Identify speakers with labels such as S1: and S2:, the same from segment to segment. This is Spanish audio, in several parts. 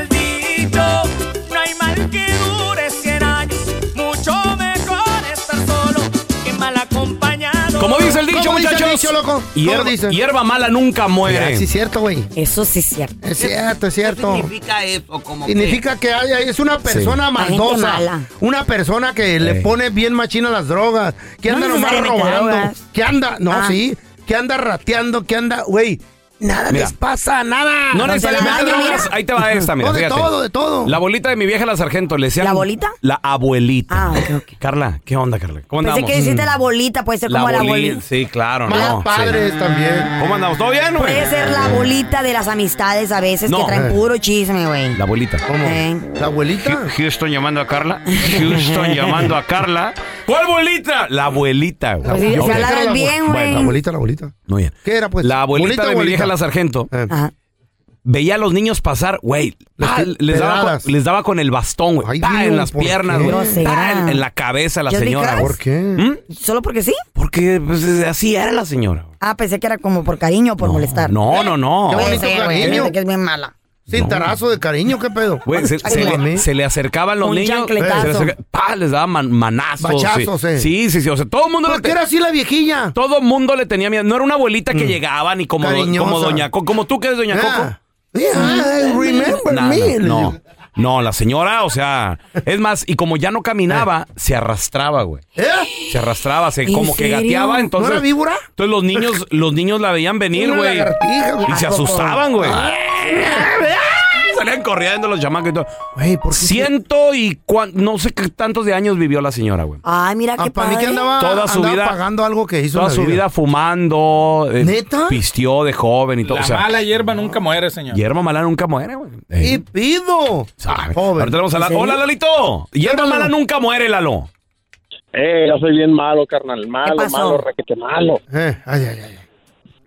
S1: el dicho, no hay mal que dure 100 años. Mucho mejor estar solo que mal acompañado.
S2: Como dice el dicho,
S3: ¿Cómo dice el
S2: muchachos.
S3: dicho, loco? ¿Cómo
S2: Hierba,
S3: dice?
S2: hierba mala nunca muere.
S3: Mira, sí es cierto, güey.
S4: Eso sí es cierto.
S3: Es cierto, es cierto.
S5: significa eso? Como
S3: Significa que hay- hay- es una persona maldosa.
S4: mala.
S3: Una persona que le pone bien machina las drogas. Que
S4: No
S3: anda nomás
S4: necesariamente
S3: robando.
S4: drogas.
S3: Que anda, no,
S4: Ah.
S3: sí. Que anda rateando, que anda, güey. Nada les pasa, nada.
S2: No necesariamente
S4: daño,
S2: drogas.
S4: mira.
S2: Ahí te va esta, mira.
S3: No, de
S2: fíjate.
S3: todo, de todo.
S2: La abuelita de mi vieja, la sargento, le decían.
S4: ¿La abuelita?
S2: La abuelita.
S4: Ah, ok, ok.
S2: Carla, ¿qué onda, Carla? ¿Cómo andamos? Mm.
S4: Pensé que hiciste la bolita, puede ser como la bolita.
S2: Sí, claro,
S3: Malos
S2: no. sí.
S3: padres también.
S2: ¿Cómo andamos? ¿Todo bien, güey?
S4: Puede ser la bolita de las amistades a veces
S2: No. Eh.
S4: que traen puro chisme, güey.
S2: La abuelita.
S3: ¿Cómo?
S4: Eh.
S3: ¿La abuelita?
S5: Houston llamando a Carla. Houston llamando a Carla.
S2: ¿Cuál abuelita? La abuelita. güey.
S4: Pues sí,
S3: Yo
S4: se
S2: Ok.
S3: pensé que era
S4: hablaran
S3: la
S4: bien,
S3: abue-
S4: güey.
S3: La abuelita, la abuelita.
S2: Muy bien.
S3: ¿Qué era, pues?
S2: La abuelita
S3: ¿Bolita o
S2: de mi vieja, la
S3: abuelita?
S2: sargento,
S3: Eh,
S4: Ajá.
S2: veía a los niños pasar, güey.
S3: Les-
S2: pa, les, daba
S3: pedradas.
S2: con, les daba con el bastón, güey.
S3: Ay,
S2: pa,
S3: Dios,
S2: en las
S3: ¿por
S2: piernas,
S3: qué?
S2: güey. Pa,
S4: Grosera.
S2: en, en la cabeza la
S4: ¿Yo
S2: señora,
S4: ubicas?
S2: güey. ¿Mm?
S3: ¿Por qué?
S4: ¿Solo porque sí?
S2: Porque pues, así era la señora. güey.
S4: Ah, pensé que era como por cariño o por molestar.
S2: No, no, no.
S3: Qué
S4: Puede
S3: bonito
S4: ser, güey.
S3: cariño.
S4: Fíjate que es bien mala.
S3: Cintarazo de cariño, ¿qué pedo?
S2: Güey, se, se
S3: Ay,
S2: le,
S3: mami.
S2: se le acercaban los
S4: Un
S2: niños. Se le
S4: chancletazo.
S2: acerca- pa, les daba man- manazos.
S3: Machazos,
S2: sí.
S3: eh.
S2: sí, sí, sí, O sea, todo el mundo le
S3: ¿Por qué
S2: te-
S3: era así la viejilla? Mm.
S2: todo mundo le tenía miedo. No era una abuelita que llegaba ni como, do- como
S3: Cariñosa.
S2: doña Coco, como tú que eres doña Coco.
S3: Ah. Yeah, I remember
S2: No,
S3: me.
S2: no, no. No, la señora, o sea, es más, y como ya no caminaba, se arrastraba, güey.
S3: ¿Eh?
S2: Se arrastraba, se
S4: ¿En
S2: como que
S4: serio?
S2: gateaba, entonces.
S3: ¿No era víbora?
S2: Entonces los niños, los niños la veían venir,
S3: Una
S2: güey.
S3: lagartija, Ah. güey.
S2: Y se
S3: ¿A poco?
S2: asustaban, güey. Salían corriendo los chamacos y todo.
S3: Güey, ¿por qué?
S2: Ciento y cuan- no sé qué tantos de años vivió la señora, güey.
S4: Ay, mira
S3: Ah,
S4: qué
S3: para mí
S4: padre.
S3: que andaba,
S2: Toda su
S3: andaba
S2: vida-
S3: pagando algo que hizo
S2: Toda
S3: en la
S2: su vida fumando, eh,
S3: ¿Neta?
S2: pistió de joven y todo.
S5: La
S2: o sea,
S5: mala hierba nunca muere, señor.
S2: hierba mala nunca muere, güey.
S3: Y pido.
S2: Sabe.
S3: Joven.
S2: Ahorita vamos a
S3: ¿En
S2: la-
S3: serio?
S2: Hola, Lalito. Hierba
S3: Hola,
S2: mala
S3: Lalo.
S2: nunca muere, Lalo.
S6: Eh, yo soy bien malo, carnal. Malo,
S4: pasó?
S6: malo, requete malo.
S3: Eh, ay, ay, ay.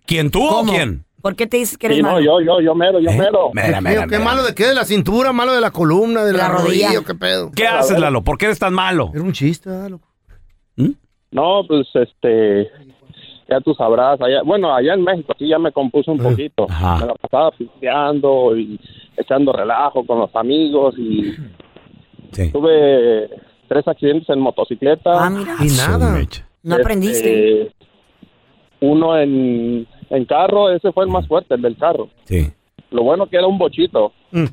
S2: ¿Quién tú o
S4: ¿Cómo?
S2: quién?
S4: ¿Por qué te dices que eres
S6: Sí, no,
S4: malo?
S6: yo, yo, yo mero, yo
S2: ¿Eh?
S6: mero.
S2: Mira, mira,
S3: Digo, ¿Qué
S2: mira.
S3: malo de qué? ¿De la cintura? ¿Malo de la columna? ¿De
S4: La
S3: la,
S4: rodilla.
S3: rodilla? ¿Qué pedo?
S2: ¿Qué haces, Lalo? ¿Por qué eres tan malo?
S3: Era un chiste, ¿verdad, loco?
S6: No, pues, este, ya tú sabrás. Allá, bueno, allá en México aquí ya me compuse un poquito.
S2: Ajá.
S6: Me la pasaba pisteando y echando relajo con los amigos y
S2: Sí.
S6: tuve tres accidentes en motocicleta.
S4: Ah, mira.
S3: Y nada.
S4: No aprendiste.
S6: Eh, uno en, en carro, ese fue el más fuerte, el del carro.
S2: Sí.
S6: Lo bueno que era un bochito.
S3: Mm.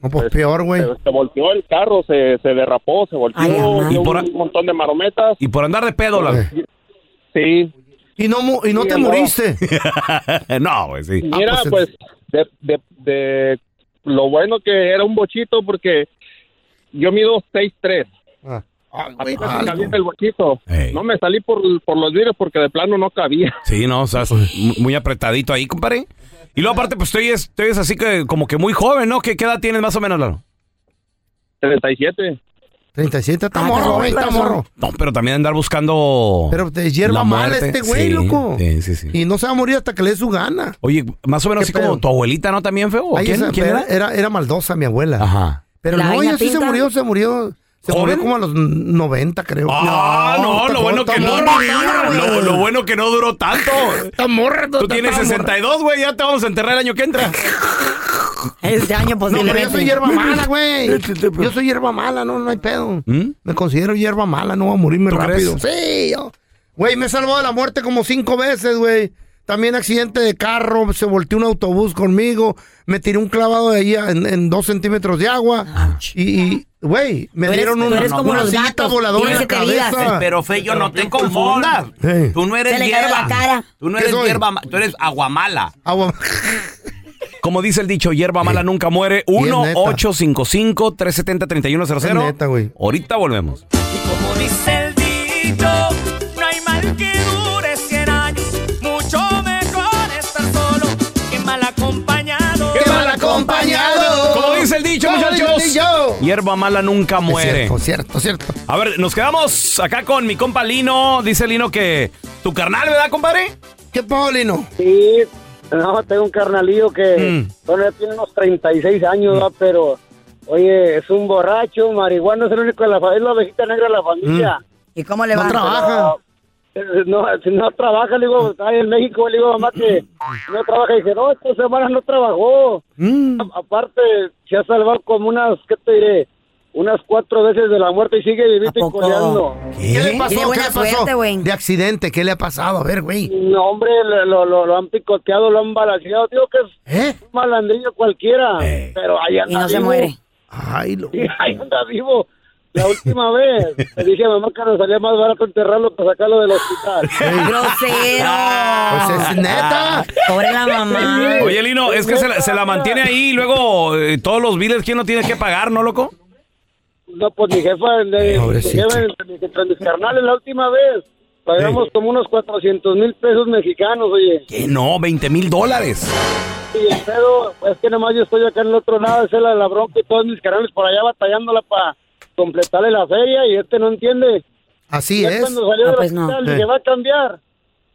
S3: No, pues peor, güey.
S6: Se, se volteó el carro, se, se derrapó, se volteó,
S4: Ay, mamá.
S6: dio
S2: Y por a-
S6: un montón de marometas.
S2: Y por andar de pedo, Lalo.
S3: Eh.
S6: Sí,
S3: Y no, mu- y no
S6: Sí,
S3: te
S6: no.
S3: muriste.
S2: no, güey, sí.
S6: mira,
S3: pues,
S6: pues, de, de, de lo bueno que era un bochito porque yo mido 6'3".
S3: Ah.
S6: Apenas
S3: alto.
S6: me cabía el bochito.
S2: Ey.
S6: No me salí por, por los vidrios porque de plano no cabía.
S2: Sí, no, o sea, es mu- muy apretadito ahí, compadre. Y luego aparte, pues tú eres, tú eres así que como que muy joven, ¿no? ¿Qué, qué edad tienes más o menos, Lalo?
S7: 37.
S3: 37, está morro, güey, está morro.
S2: No, pero también andar buscando.
S3: Pero te hierba
S2: la
S3: mal
S2: muerte.
S3: este güey,
S2: Sí,
S3: loco.
S2: Sí, sí, sí.
S3: Y no se va a morir hasta que le dé su gana.
S2: Oye, más o menos
S3: ¿Qué
S2: así
S3: pedo?
S2: como tu abuelita, ¿no? También feo.
S3: Ahí
S2: ¿Quién,
S3: esa-
S2: quién
S3: era? era? maldosa mi abuela.
S2: Ajá.
S3: Pero
S2: ¿La
S3: no,
S2: doña
S3: ella sí se
S2: Pinta?
S3: murió, se murió. Se murió como a los 90, creo.
S2: Ah, no,
S3: está
S2: lo bueno
S3: está
S2: que no.
S3: morra,
S2: Lo,
S3: güey.
S2: lo bueno que no duró tanto.
S3: Está morra,
S2: Tú tienes
S3: está morra.
S2: 62, güey, ya te vamos a enterrar el año que entra.
S4: Este año, pues.
S3: No, pero yo soy hierba mala, güey.
S2: Este, este,
S3: Yo soy hierba mala, no, no hay pedo.
S2: ¿Mm?
S3: Me considero hierba mala, no voy a morirme
S2: ¿Tú
S3: rápido.
S2: crees?
S3: Sí, yo. Güey, me he salvado de la muerte como cinco veces, güey. También accidente de carro, se volteó un autobús conmigo, me tiré un clavado de ahí a- en, en dos centímetros de agua. y, y, güey, me
S8: Tú eres-
S3: dieron
S8: tú
S3: un-
S8: eres como
S3: una
S8: los
S3: sillita
S8: gatos,
S3: voladora en la
S8: tienes siete
S3: cabeza.
S8: vidas.
S2: Pero Feyo, no te confundas.
S3: Sí.
S2: Tú no eres
S8: Se le cae
S2: hierba.
S8: la cara.
S2: Tú no
S8: ¿Qué
S2: eres
S8: soy?
S2: hierba, ma- tú eres aguamala.
S3: Agua...
S2: Como dice el dicho, hierba mala nunca muere.
S3: Sí, es neta.
S2: 1-855-370-3100.
S3: Es neta, güey.
S2: Ahorita volvemos.
S1: Como dice el dicho, no hay mal que dure 100 años. Mucho mejor estar solo que mal acompañado.
S3: ¡Qué mal acompañado!
S2: Como dice el dicho,
S3: Como dice el
S2: muchachos.
S3: dicho.
S2: Hierba mala nunca muere.
S3: Cierto, cierto, cierto.
S2: A ver, nos quedamos acá con mi compa Lino. Dice Lino que tu carnal, ¿verdad, compadre?
S3: ¿Qué Paulino?
S7: Sí, no, tengo un carnalillo que
S3: Mm.
S7: bueno, ya tiene unos 36 años, ¿va? pero oye, es un borracho, marihuana, es el único de la familia, es la ovejita negra de la familia.
S4: Mm. ¿Y cómo le
S7: No
S4: va?
S7: trabaja. Eh, No, si no trabaja, le digo, está en México, le digo, mamá, que no trabaja. Y dice, no, esta semana no trabajó.
S3: Mm.
S7: A- aparte, se ha salvado como unas, ¿qué te diré? Unas cuatro veces de la muerte y sigue vivito y coleando.
S3: ¿Qué, le pasó?
S4: Tiene
S3: ¿Qué
S4: buena
S3: le pasó?
S4: suerte, güey.
S3: de accidente, ¿qué le ha pasado? A ver, güey.
S7: No, hombre, lo, lo- lo- lo han picoteado, lo han balanceado. Digo que es
S3: ¿Eh?
S7: un malandrillo cualquiera, pero ahí anda
S4: Y no se
S7: vivo.
S4: muere.
S3: Ay, lo...
S7: Sí, ahí anda vivo. La última vez le dije a mamá que nos salía más barato enterrarlo que sacarlo del hospital.
S4: ¡Grosero!
S3: Pues es neta.
S4: Pobre la mamá.
S2: Oye, Lino, es que se la, se la mantiene ahí y luego eh, todos los biles, ¿quién no tiene que pagar, no, loco?
S7: No, pues mi jefa, de, mi
S3: Pobrecito.
S7: jefa entre, mis- entre mis carnales, la última vez pagamos
S3: Sí.
S7: como unos 400 mil pesos mexicanos, oye.
S2: Que Eh, no, 20 mil dólares.
S7: Y el pedo es que nomás yo estoy acá en el otro lado, es la, la bronca y todos mis carnales por allá batallándola para completarle la feria y este no entiende.
S3: Así
S7: ya
S3: es.
S7: cuando salió
S4: No,
S7: del
S4: pues no.
S7: hospital,
S3: Sí.
S7: dije, va a cambiar.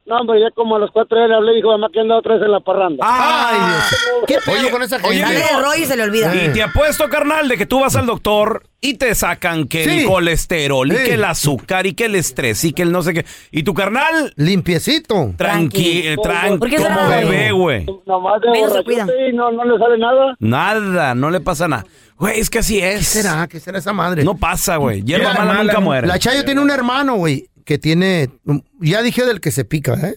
S7: No, hombre, ya como a los cuatro días le hablé, dijo, mamá, que anda otra vez en la parranda.
S3: Ay, Dios. ¿Qué pedo
S2: Oye,
S3: con esa
S2: oye,
S3: gente?
S4: Dale de rollo y se le olvida.
S2: Y te apuesto, carnal, de que tú vas al doctor y te sacan que
S3: Sí.
S2: el colesterol y
S3: Sí.
S2: que el azúcar y que el estrés y que el no sé qué. Y tu carnal,
S3: Limpiecito.
S2: tranqui, eh, tranqui,
S4: ¿Por qué
S2: como
S4: será?
S2: bebé, güey.
S7: Nomás de
S4: Menos se
S7: borrachote y no, no le sale nada.
S2: Nada, no le pasa nada. Güey, es que así es.
S3: ¿Qué será? ¿Qué será esa madre?
S2: No pasa, güey. Hierba
S3: Mira,
S2: mala nunca muere.
S3: La Chayo tiene un hermano, güey, que tiene. Ya dije del que se pica, ¿eh?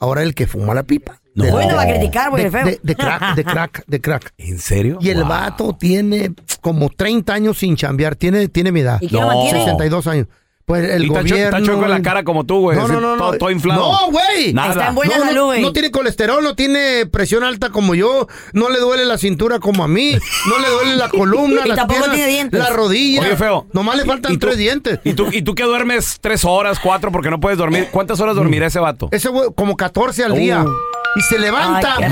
S3: Ahora el que fuma la pipa.
S2: No.
S3: Del-
S2: Hoy lo
S4: va a criticar, güey,
S3: de,
S4: feo.
S3: de- de crack, de crack, de crack.
S2: ¿En serio?
S3: Y el
S2: Wow.
S3: vato tiene como 30 años sin chambear. Tiene, tiene mi edad.
S4: ¿Y qué lo
S2: No.
S4: mantiene?
S3: 62 años. Pues el
S2: Y está cho-
S3: gobierno...
S2: está chueco en la cara como tú, güey,
S3: No,
S2: así,
S3: no, no. no.
S2: todo- todo inflado.
S3: No, güey.
S2: Nada.
S4: Está en buena
S3: No, no,
S4: salud, güey.
S3: no tiene colesterol, no tiene presión alta como yo, no le duele la cintura como a mí, no le duele la columna,
S4: Y
S3: las
S4: tampoco
S3: piernas,
S4: tiene dientes.
S3: la rodilla.
S2: Oye, feo.
S3: Nomás le faltan
S2: ¿Y tú-
S3: tres dientes.
S2: ¿Y tú, y tú que duermes tres horas, cuatro, porque no puedes dormir. ¿Cuántas
S3: Mm.
S2: horas dormirá ese vato?
S3: Ese güey, como 14 al
S2: Oh.
S3: día. Y se levanta.
S4: Ay,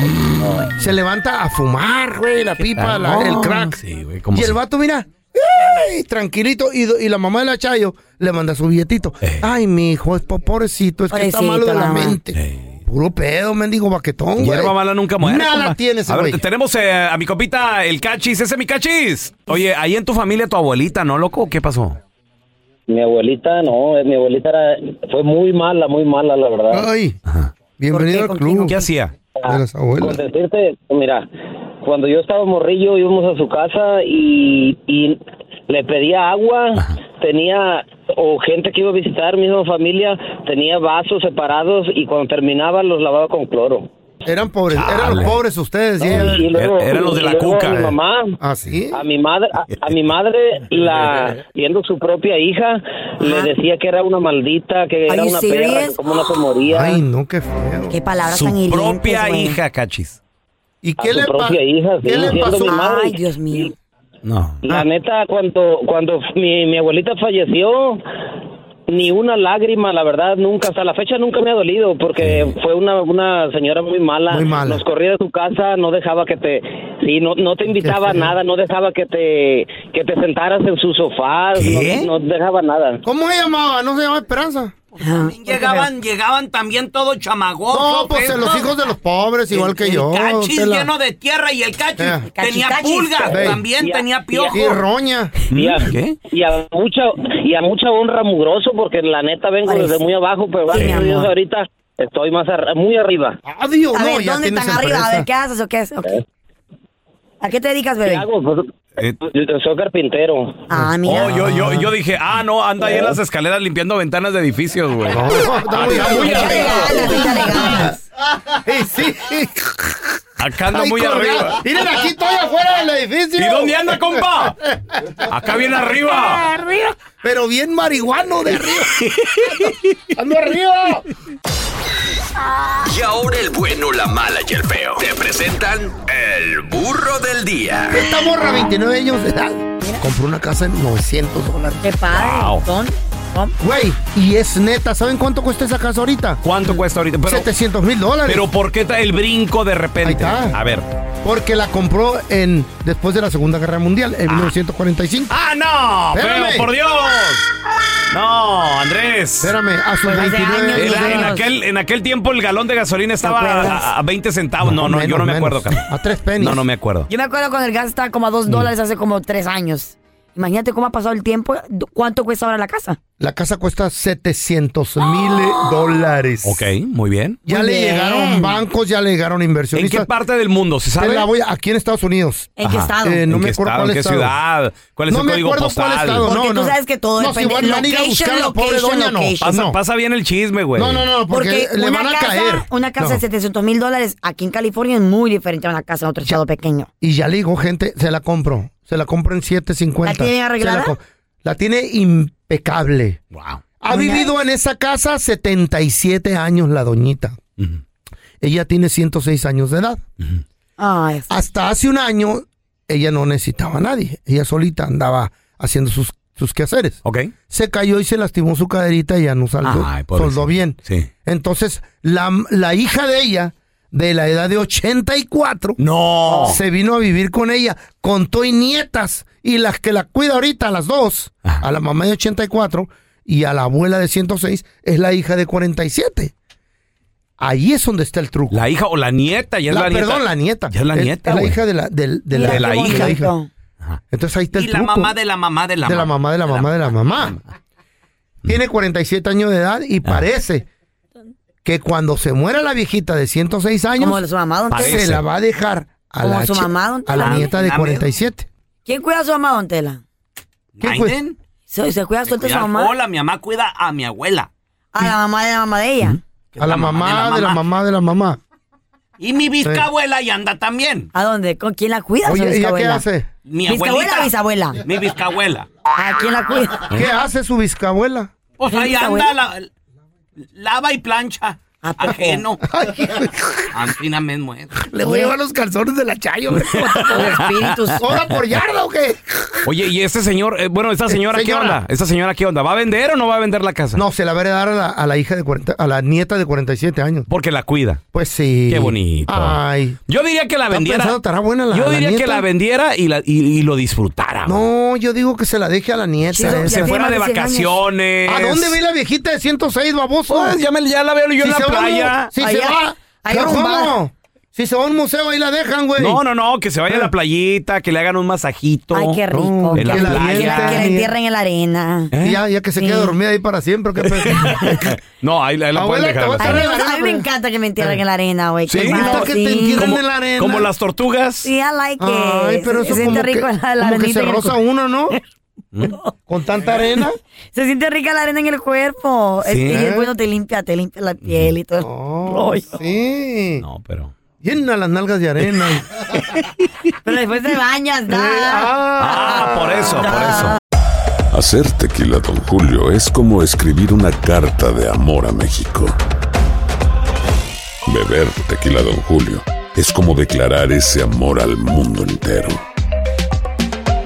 S4: qué
S3: se levanta a fumar, güey, la pipa, la- el crack.
S2: Sí, güey.
S3: y el vato, mira, ¡ay! tranquilito. Y, do- y la mamá de la Chayo le manda su billetito.
S2: Eh.
S3: Ay, mi hijo, es po- pobrecito, es que está
S4: Pobrecito,
S3: malo de
S4: la
S3: la
S4: mamá.
S3: mente. Puro pedo, mendigo baquetón, güey.
S2: Eh. Hierba mala nunca muere.
S3: Nada
S2: compa.
S3: tiene ese
S2: A ver,
S3: güey.
S2: tenemos eh, a mi copita, el cachis. Ese es mi cachis. Oye, ahí en tu familia, tu abuelita, ¿no, loco? ¿Qué pasó?
S7: Mi abuelita, no, eh, mi abuelita era, fue muy mala, muy mala, la verdad.
S3: Ay, bienvenido al
S4: ¿Con quién?
S3: club
S2: ¿Qué hacía?
S3: de las
S7: Con
S3: abuelas.
S7: decirte, mira, cuando yo estaba morrillo íbamos a su casa y, y le pedía agua, tenía o gente que iba a visitar, mi misma familia, tenía vasos separados y cuando terminaba los lavaba con cloro.
S3: Eran pobres, eran
S2: Chale.
S3: los pobres ustedes. y él.
S7: Y luego-
S2: Er- eran los de la
S7: y luego
S2: cuca,
S7: a
S2: eh.
S7: Mi mamá,
S3: ¿Ah, sí?
S7: a mi madre, a, a mi madre, la viendo su propia hija, le decía que era una maldita, que
S4: Are
S7: era
S4: you
S7: una perra,
S4: serious?
S7: que cómo no se moría.
S3: Ay, no, qué feo.
S4: Qué palabras
S2: Su
S4: tan hirientes,
S2: propia
S4: güey.
S2: hija, cachis.
S3: ¿Y
S7: a
S3: qué
S7: su
S3: le, pa-
S7: propia hija, sí,
S3: ¿qué le
S7: siendo
S3: pasó?
S7: mi madre. Ah.
S4: Ay, Dios mío.
S2: No.
S7: La neta, cuando, cuando mi, mi abuelita falleció, ni una lágrima, la verdad, nunca, hasta la fecha nunca me ha dolido, porque fue una, una señora muy mala.
S3: Muy mala.
S7: Nos corría de su casa, no dejaba que te
S9: Sí, no, no te invitaba a nada, no dejaba que te, que te sentaras en su sofá, no, no dejaba nada.
S3: ¿Cómo se llamaba? ¿No se llamaba Esperanza?
S2: Ah.
S10: Llegaban, llegaban también todos chamagosos.
S3: No, pues
S10: feos,
S3: los hijos de los pobres, igual que
S10: el
S3: yo.
S10: cachis
S3: tela.
S10: lleno de tierra y el cachis
S3: Eh.
S10: tenía
S3: Cachis, cachis.
S10: pulgas,
S3: Ey.
S10: también
S3: Y a-
S10: tenía piojo.
S3: Y roña.
S9: Y a, y a mucha y a mucha honra mugroso porque la neta vengo
S4: Pues
S9: desde muy abajo, pero gracias a Dios ahorita estoy más arri- muy arriba.
S3: Adiós,
S4: a ver, ¿dónde están arriba? A ver, ¿qué haces o qué haces? Ok. ¿A qué te dedicas, bebé?
S9: ¿Qué hago? Pues,
S4: Eh.
S9: yo soy carpintero.
S4: Ah,
S2: Oh, yo, yo, yo dije, ah, no, anda ahí en las escaleras limpiando ventanas de edificios, güey.
S4: Ah,
S3: está muy-
S2: Acá muy
S4: arriba.
S3: Y sí.
S2: Acá ando
S3: Ay,
S2: muy
S3: colgado.
S2: arriba.
S3: Miren, aquí estoy afuera del edificio.
S2: ¿Y dónde anda, compa? Acá bien arriba.
S3: Arriba. Pero bien marihuano de arriba. ¡Ando arriba!
S11: Y ahora el bueno, la mala y el feo. Te presentan el burro del día.
S3: Esta morra, 29 años de edad, compró una casa en 900 dólares.
S4: ¡Qué padre!
S3: Güey, y es neta. ¿Saben cuánto cuesta esa casa ahorita?
S2: ¿Cuánto cuesta ahorita?
S3: 700 mil dólares.
S2: Pero ¿por qué ta- el brinco de repente? A ver.
S3: Porque la compró en después de la Segunda Guerra Mundial, en 1945.
S2: ¡Ah, no!
S3: Espérame.
S2: ¡Pero por Dios! No, Andrés. Espérame,
S3: a sus 29
S2: En,
S3: años.
S2: en aquel, en aquel tiempo el galón de gasolina estaba
S3: ¿Te
S2: a,
S3: acuerdas?
S2: a- a 20 centavos. No, no, yo no me
S3: menos,
S2: acuerdo, carnal.
S3: A tres pennies.
S2: No, no me acuerdo.
S4: Yo me acuerdo cuando el gas estaba como a
S3: Mm.
S4: dos dólares hace como tres años. Imagínate cómo ha pasado el tiempo. du- ¿Cuánto cuesta ahora la casa?
S3: La casa cuesta 700 mil dólares.
S2: Ok, ¡Oh! muy bien.
S3: Ya le llegaron bancos, ya le llegaron
S2: ¿En
S3: inversionistas.
S2: qué parte del mundo se sabe?
S3: Te la voy a- aquí en Estados Unidos.
S4: ¿En qué
S2: Ajá.
S4: estado?
S3: Eh, no
S2: ¿En
S3: me
S2: qué
S3: acuerdo
S2: estado?
S3: cuál
S2: ¿En qué
S3: estado.
S2: ciudad? ¿Cuál es
S3: No
S2: el
S3: me
S2: código
S3: acuerdo cuál
S2: postal?
S3: estado,
S4: Porque tú sabes que todo
S3: No,
S4: depende
S3: si van- van a ir a
S4: location,
S3: buscar a la pobre
S4: location,
S3: doña, no.
S4: location.
S2: Pasa, pasa bien el chisme, güey.
S3: No, no, no, porque, le
S4: una
S3: van a
S4: casa,
S3: caer.
S4: Una casa
S3: No.
S4: de 700 mil dólares aquí en California es muy diferente a una casa en otro estado pequeño.
S3: Y ya le digo, gente, se la compro. Se la compro en 750.
S4: ¿La tiene
S3: Se
S4: arreglada?
S3: co- La, tiene impecable.
S2: Wow.
S3: Ha vivido en esa casa 77 años la doñita. Ella tiene 106 años de edad. Hasta hace un año ella no necesitaba a nadie. Ella solita andaba haciendo sus, sus quehaceres. Se cayó y se lastimó su caderita y ya no saldó,
S2: Ay, pobrecita.
S3: soldó bien.
S2: Sí.
S3: Entonces, la, la hija de ella, de la edad de 84,
S2: no.
S3: se vino a vivir con ella, con y nietas, y las que la cuida ahorita, las dos, a la mamá de 84 y a la abuela de 106, es la hija de 47. Ahí es donde está el truco.
S2: La hija o la nieta, ya es la,
S3: La-
S2: nieta.
S3: perdón, la nieta.
S2: Ya es la
S3: Es-
S2: nieta,
S3: es la
S2: güey.
S3: hija de la- del- de la-
S2: De la
S3: de la
S2: hija.
S3: hija. Ajá. Entonces ahí está el
S10: Y la
S3: truco.
S10: mamá de la mamá de la
S3: de la
S10: mamá.
S3: mamá de la mamá de la mamá. Tiene 47 años de edad y parece que cuando se muera la viejita de 106 años,
S4: Como su mamá, don Tela.
S3: se la va a dejar a
S4: Como
S3: la,
S4: su
S3: chi-
S4: mamá, don
S3: a la
S4: Tela.
S3: nieta de 47.
S4: ¿Quién cuida a su mamá, don Tela?
S3: ¿Quién
S10: fue?
S4: Biden. Se, se cuida suelta su
S10: Cuidar-
S4: mamá.
S10: Hola, mi mamá cuida a mi abuela.
S4: A la mamá de la mamá de ella.
S3: Mm. A la mamá Ah, de la mamá de la mamá.
S10: Y mi
S4: bisabuela
S10: bisabuela y anda también.
S4: ¿A dónde? ¿Con quién la cuida
S3: Oye,
S4: su
S3: ¿ella qué
S4: bisabuela?
S3: hace?
S10: Mi
S4: ¿Bisabuela o
S10: abuelita.
S4: bisabuela?
S10: Mi bisabuela.
S4: ¿A quién la cuida?
S3: ¿Qué
S2: ¿Eh?
S3: hace su bisabuela?
S10: Pues ahí anda la, lava y plancha. Ajeno. Antina mismo es.
S3: Le voy a llevar los calzones de la Chayo. güey.
S2: espíritus.
S3: ¿Hora por yarda o qué?
S2: Oye, ¿y este señor, eh, bueno, esta señora,
S3: Señora.
S2: qué onda? ¿Esta señora qué onda? ¿Va a vender o no va a vender la casa?
S3: No, se la va a heredar a la, a la hija de 40, a la nieta de 47 años.
S2: Porque la cuida.
S3: Pues sí.
S2: Qué bonito.
S3: Ay.
S2: Yo diría que la
S3: Ah. ¿Está
S2: vendiera.
S3: pensando, estará buena la-
S2: yo
S3: la
S2: diría que
S3: nieta?
S2: la vendiera y, la- y- y lo disfrutara. güey.
S3: No, yo digo que se la deje a la nieta.
S2: Se-
S3: esa.
S2: se fuera de vacaciones.
S3: ¿A dónde ve la viejita de 106, baboso?
S2: Pues, ya me- ya la veo yo en la
S3: se va a un-
S2: playa.
S3: si
S2: Allá-
S3: se va.
S2: allá
S3: ¿pero
S2: en un bar.
S3: cómo? Si se va a un museo, ahí la dejan, güey. Eh.
S2: No, no, no, que se vaya a la playita, que le hagan un masajito.
S4: Ay, qué rico.
S2: En la
S4: que la
S2: playa.
S4: Que la entierren en la arena.
S3: Y Ya, ya que se
S4: Sí.
S3: quede dormida ahí para siempre. ¿qué pedo?
S2: No, ahí, ahí la
S3: Abuela,
S2: pueden dejar.
S3: te voy a
S2: la
S4: Ay, me
S2: playa.
S4: gusta- a mí me encanta que me entierren en la arena, güey.
S2: Sí,
S4: Qué
S2: ¿Neta
S4: padre,
S2: que
S3: te
S4: sí.
S3: entierren en la arena?
S2: Como las tortugas.
S4: Sí, I like it.
S3: Ay, pero eso
S4: se
S3: como
S4: siente
S3: que,
S4: rico la, la
S3: como que
S4: arenita
S3: se
S4: en el
S3: roza
S4: cu-
S3: uno, ¿no? Con tanta arena.
S4: Se siente rica la arena en el cuerpo.
S2: Sí.
S4: Es- y es bueno, te limpia, te limpia la piel y todo. el
S2: Oh,
S4: rollo.
S3: Sí.
S2: No, pero.
S3: Llena las nalgas de arena.
S4: Pero después te bañas, da.
S2: Eh, Ah, por eso, por eso.
S12: Hacer tequila, Don Julio, es como escribir una carta de amor a México. Beber tequila, Don Julio, es como declarar ese amor al mundo entero.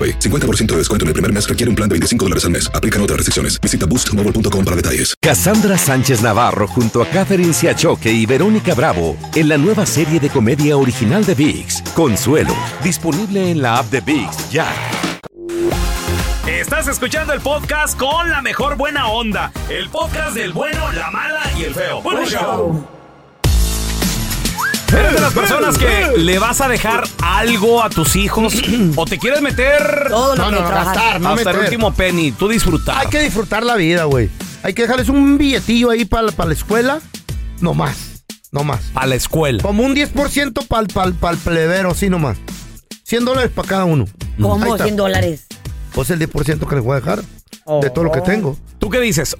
S13: 50% de descuento en el primer mes requiere un plan de 25 dólares al mes. Aplican otras restricciones. Visita boostmobile.com para detalles.
S11: Cassandra Sánchez Navarro junto a Catherine Siachoque y Verónica Bravo en la nueva serie de comedia original de VIX, Consuelo, disponible en la app de VIX ya.
S14: Estás escuchando el podcast con la mejor buena onda. El podcast del bueno, la mala y el feo. Bueno, show.
S2: ¿Eres de las personas que le vas a dejar algo a tus hijos o te quieres meter
S7: Todo lo No, que no, no, trabajar. gastar, no
S2: hasta el
S7: meter.
S2: último penny? Tú disfrutar.
S3: Hay que disfrutar la vida, güey. Hay que dejarles un billetillo ahí para la escuela. No más. No más.
S2: Para la escuela.
S3: Como un 10% para el plebero, así nomás. 100 dólares para cada uno.
S7: ¿Cómo?
S3: Ahí está.
S7: 100 dólares.
S3: Pues el 10% que les voy a dejar de todo lo
S7: Oh.
S3: que tengo.
S2: ¿Tú qué dices?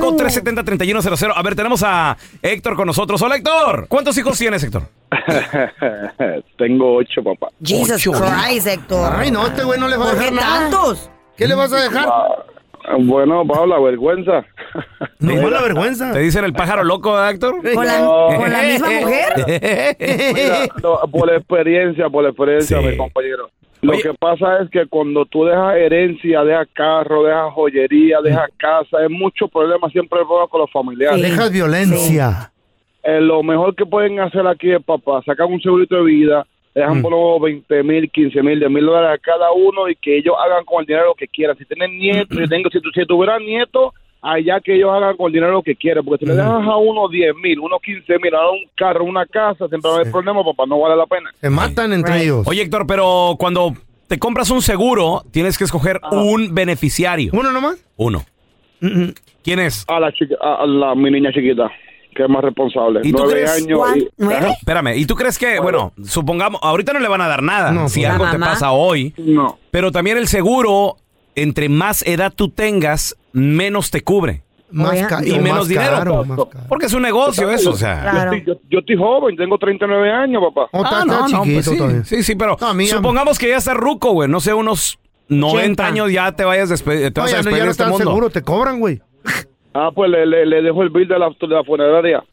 S2: 1-855-370-3100. A ver, tenemos a Héctor con nosotros. Hola, Héctor. ¿Cuántos hijos tienes, Héctor?
S15: Tengo ocho, papá.
S7: Jesus Christ, Héctor.
S3: Ay, no, este güey no les va a
S7: ¿Por
S3: dejar
S7: qué
S3: nada.
S7: tantos?
S3: ¿Qué le vas a dejar?
S15: Ah, bueno, Pablo, la vergüenza.
S3: No, la vergüenza.
S2: Te dicen el pájaro loco, ¿eh, Héctor.
S7: ¿Con la, con la misma mujer?
S15: Mira, no, por la experiencia, por la experiencia, mi compañero. Lo que pasa es que cuando tú dejas herencia, dejas carro, dejas joyería, dejas casa, es mucho problema siempre el problema con los familiares.
S3: Dejas violencia.
S15: Eh, lo mejor que pueden hacer aquí es, papá, sacar un segurito de vida, le
S2: Mm.
S15: dejan por los 20 mil, 15 mil, 10 mil dólares a cada uno y que ellos hagan con el dinero lo que quieran. Si tienen nietos,
S2: Mm.
S15: si, tengo, si, tu- si tuvieran nietos, allá que ellos hagan con el dinero lo que quieran. Porque
S2: Mm.
S15: si le dejas a uno 10 mil, uno 15 mil, a un carro, una casa, siempre va a haber problema, papá, no vale la pena.
S3: Se matan entre ellos.
S2: Oye, Héctor, pero cuando te compras un seguro, tienes que escoger
S15: Ah.
S2: un beneficiario.
S3: ¿Uno nomás?
S2: Uno. ¿Quién es?
S15: A la, chica, a a la mi niña chiquita, que es más responsable.
S2: ¿Y tú
S15: Nueve
S2: crees?
S15: años. y-
S2: Ajá. Espérame, ¿y tú crees que, bueno, supongamos, ahorita no le van a dar nada si
S15: pues.
S2: algo
S15: La
S2: te
S15: mamá.
S2: pasa hoy?
S15: No.
S2: Pero también el seguro, entre más edad tú tengas, menos te cubre.
S3: Más ca-
S2: y
S3: o
S2: menos
S3: más
S2: dinero.
S3: caro, más
S2: Porque es un negocio eso, o sea.
S15: Yo, estoy, yo- yo estoy joven, tengo 39 años, papá.
S3: Oh, está-
S2: Ah,
S3: está
S2: no, no, pues
S3: chiquito
S2: sí.
S3: todavía.
S2: Sí, sí, pero
S3: No, a mí ya-
S2: supongamos que ya estás ruco, güey. No sé, unos 90
S3: 80.
S2: años ya te vayas despe- te
S3: No,
S2: vas a
S3: ya, no-
S2: despedir de
S3: ya
S2: este
S3: no están
S2: mundo.
S3: seguros, te cobran, güey.
S15: Ah, pues le, le, le dejo el bill de la, de la funeraria.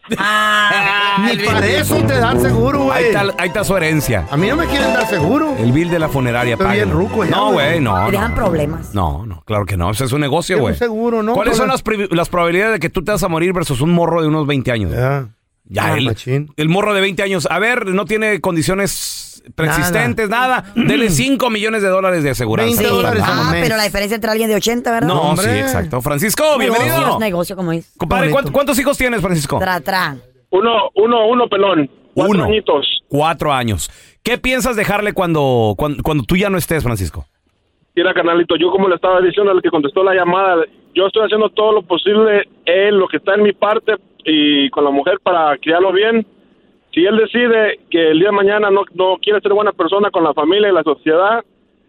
S3: Ni para eso te dan seguro,
S2: Ahí
S3: güey.
S2: está, ahí está su herencia.
S3: A mí no me quieren dar seguro.
S2: El bill de la funeraria,
S3: Estoy bien
S2: págalo.
S3: ruco ya,
S2: No,
S3: güey.
S2: güey, no.
S7: Te
S2: no.
S7: dejan problemas.
S2: No, no, claro que no. Eso es un negocio,
S3: Quiero
S2: güey.
S3: un seguro, ¿no?
S2: ¿Cuáles son
S3: Para-
S2: las, pri- las probabilidades de que tú te vas a morir versus un morro de unos 20 años?
S3: Ya. Ah,
S2: Ya, el, el morro de 20 años. A ver, no tiene condiciones preexistentes, nada. Dele 5 millones de dólares de aseguranza.
S3: 20 Mm. dólares
S2: Ah,
S7: Ah, pero la diferencia entre alguien de 80, ¿verdad?
S2: No, sí, exacto. Francisco, bienvenido.
S7: Negocios, negocio, como es.
S2: Compadre, ¿cuánto- ¿cuántos hijos tienes, Francisco?
S7: Tra, tra.
S4: Eh,
S15: Uno, uno, uno, pelón.
S2: Cuatro añitos. Cuatro años. ¿Qué piensas dejarle cuando, cuan- cuando, tú ya no estés, Francisco?
S15: Mira, canalito, yo como le estaba diciendo al que contestó la llamada, yo estoy haciendo todo lo posible en lo que está en mi parte y con la mujer para criarlo bien. Si él decide que el día de mañana no, no quiere ser buena persona con la familia y la sociedad,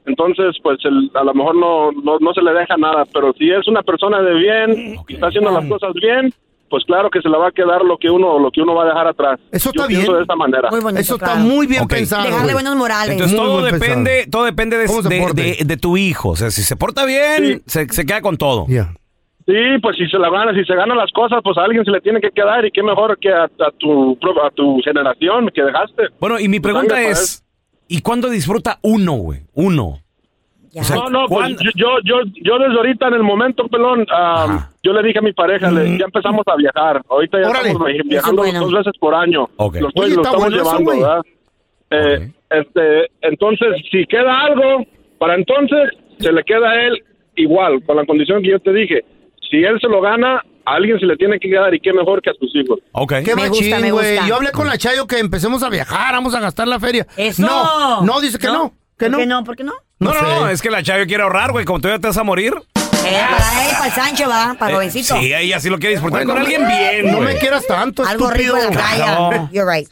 S15: entonces pues el- a lo mejor no, no, no se le deja nada. Pero si es una persona de bien y está haciendo las cosas bien, pues claro que se le va a quedar lo que uno lo que uno va a dejar atrás.
S3: Eso
S15: Yo
S3: está
S15: pienso
S3: bien.
S15: de esta manera.
S3: Eso está muy bien pensado.
S7: Dejarle
S3: güey.
S7: buenos morales.
S2: Entonces
S3: Muy
S2: todo
S3: buen
S2: depende,
S3: pensado.
S2: todo depende de,
S3: ¿Cómo se
S2: de-
S3: porte?
S2: de- de tu hijo. O sea, si se porta bien, se, se queda con todo.
S15: Sí, pues si se la gana, si se ganan las cosas, pues a alguien se le tiene que quedar y qué mejor que a, a tu pro- a tu generación que dejaste. Pues
S2: Bueno, y mi pregunta es, ¿y cuándo disfruta uno, güey? Uno. O sea,
S15: no, no, pues,
S2: ¿cuándo-
S15: yo, yo, yo, yo desde ahorita en el momento, pelón, ah, yo le dije a mi pareja, le- ya empezamos a viajar. Ahorita ya
S3: Mm. Órale.
S15: estamos vi-
S3: Eso
S15: viajando
S3: bueno.
S15: dos veces por año.
S2: Ok.
S15: Lo, estoy-
S3: Oye,
S15: lo
S3: está
S15: estamos
S3: bueno eso,
S15: llevando,
S3: güey.
S15: ¿verdad? Eh, este, entonces, si queda algo, para entonces se le queda a él igual, con la condición que yo te dije. Si él se lo gana, a alguien se le tiene que quedar y qué mejor que a sus hijos.
S2: Ok.
S3: Qué
S7: Me gusta, me
S3: machín, güey.
S7: gusta.
S3: Yo hablé con la Chayo que empecemos a viajar, vamos a gastar la feria.
S7: Eso.
S3: No, no, dice que no, que no.
S7: ¿Por qué no? ¿Por qué no?
S2: No,
S3: No
S2: no, no,
S3: sé.
S2: es que la Chayo quiere ahorrar, güey. Como todavía te vas a morir.
S7: Eh, para él, para el Sancho, va, para el
S2: eh,
S7: jovencito.
S2: sí, ella sí lo quiere disfrutar con alguien bien,
S3: No
S2: güey.
S3: me quieras tanto,
S7: Algo
S3: estúpido.
S7: rico en la playa.
S2: Claro.
S7: You're right.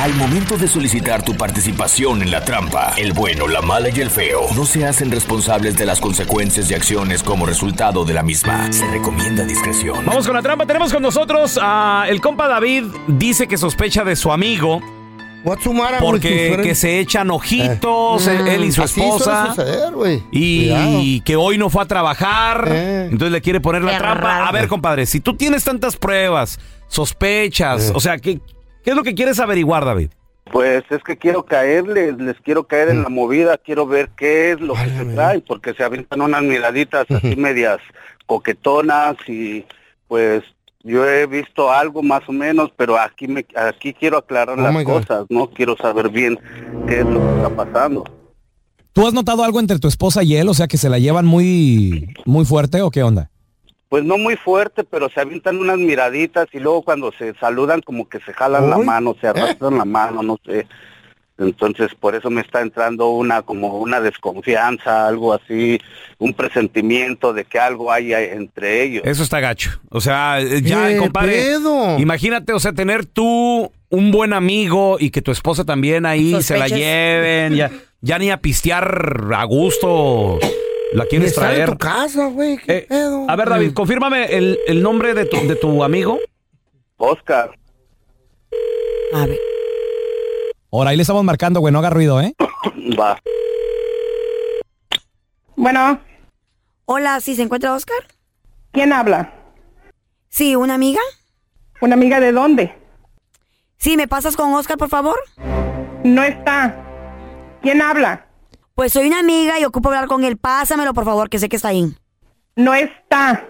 S11: Al momento de solicitar tu participación en la trampa, el bueno, la mala y el feo no se hacen responsables de las consecuencias y acciones como resultado de la misma. Se recomienda discreción.
S2: Vamos con la trampa. Tenemos con nosotros a el compa David. Dice que sospecha de su amigo.
S3: with
S2: Porque
S3: you,
S2: que se echan ojitos,
S3: Eh.
S2: él, él y su
S3: Así suele
S2: esposa.
S3: suceder, güey.
S2: y
S3: Cuidado. Eh.
S2: que hoy no fue a trabajar. Entonces le quiere poner la
S3: Qué
S2: trampa.
S3: raro.
S2: A ver, compadre, si tú tienes tantas pruebas,
S3: Eh.
S2: sospechas, o sea, ¿qué, ¿qué es lo que quieres averiguar, David?
S16: Pues es que quiero caerles, les quiero caer
S17: Mm.
S16: en la movida, quiero ver qué es lo que se trae, porque se avientan unas miraditas así medias coquetonas y pues yo he visto algo más o menos, pero aquí me aquí quiero aclarar
S17: Oh my
S16: las
S17: God.
S16: cosas, ¿no? Quiero saber bien qué es lo que está pasando.
S17: ¿Tú has notado algo entre tu esposa y él? O sea, que se la llevan muy, muy fuerte o qué onda?
S16: Pues no muy fuerte, pero se avientan unas miraditas y luego cuando se saludan como que se jalan la
S18: Uy.
S16: mano, se arrastran la mano, no sé. Entonces por eso me está entrando una como una desconfianza, algo así, un presentimiento de que algo hay ahí entre ellos.
S2: Eso está gacho. O sea, eh, ya,
S16: ¿Qué
S2: compadre.
S16: pedo?
S2: Imagínate, o sea, tener tú un buen amigo y que tu esposa también ahí se la
S3: Sospechas.
S2: lleven. Ya, ya ni a pistear a gusto la quieres
S3: Está en
S2: traer.
S3: tu casa, güey. ¿Qué
S2: Eh,
S3: pedo?
S2: A ver, David, confírmame el, el nombre de tu, de tu amigo.
S16: Oscar.
S4: A ver.
S17: Ahora, ahí le estamos marcando, güey, no haga ruido, ¿eh?
S16: Va.
S4: Bueno. Hola, ¿sí se encuentra Oscar? ¿Quién habla? Sí, ¿una amiga? ¿Una amiga de dónde? Sí, ¿me pasas con Oscar, por favor? No está. ¿Quién habla? Pues soy una amiga y ocupo hablar con él. Pásamelo, por favor, que sé que está ahí. No está.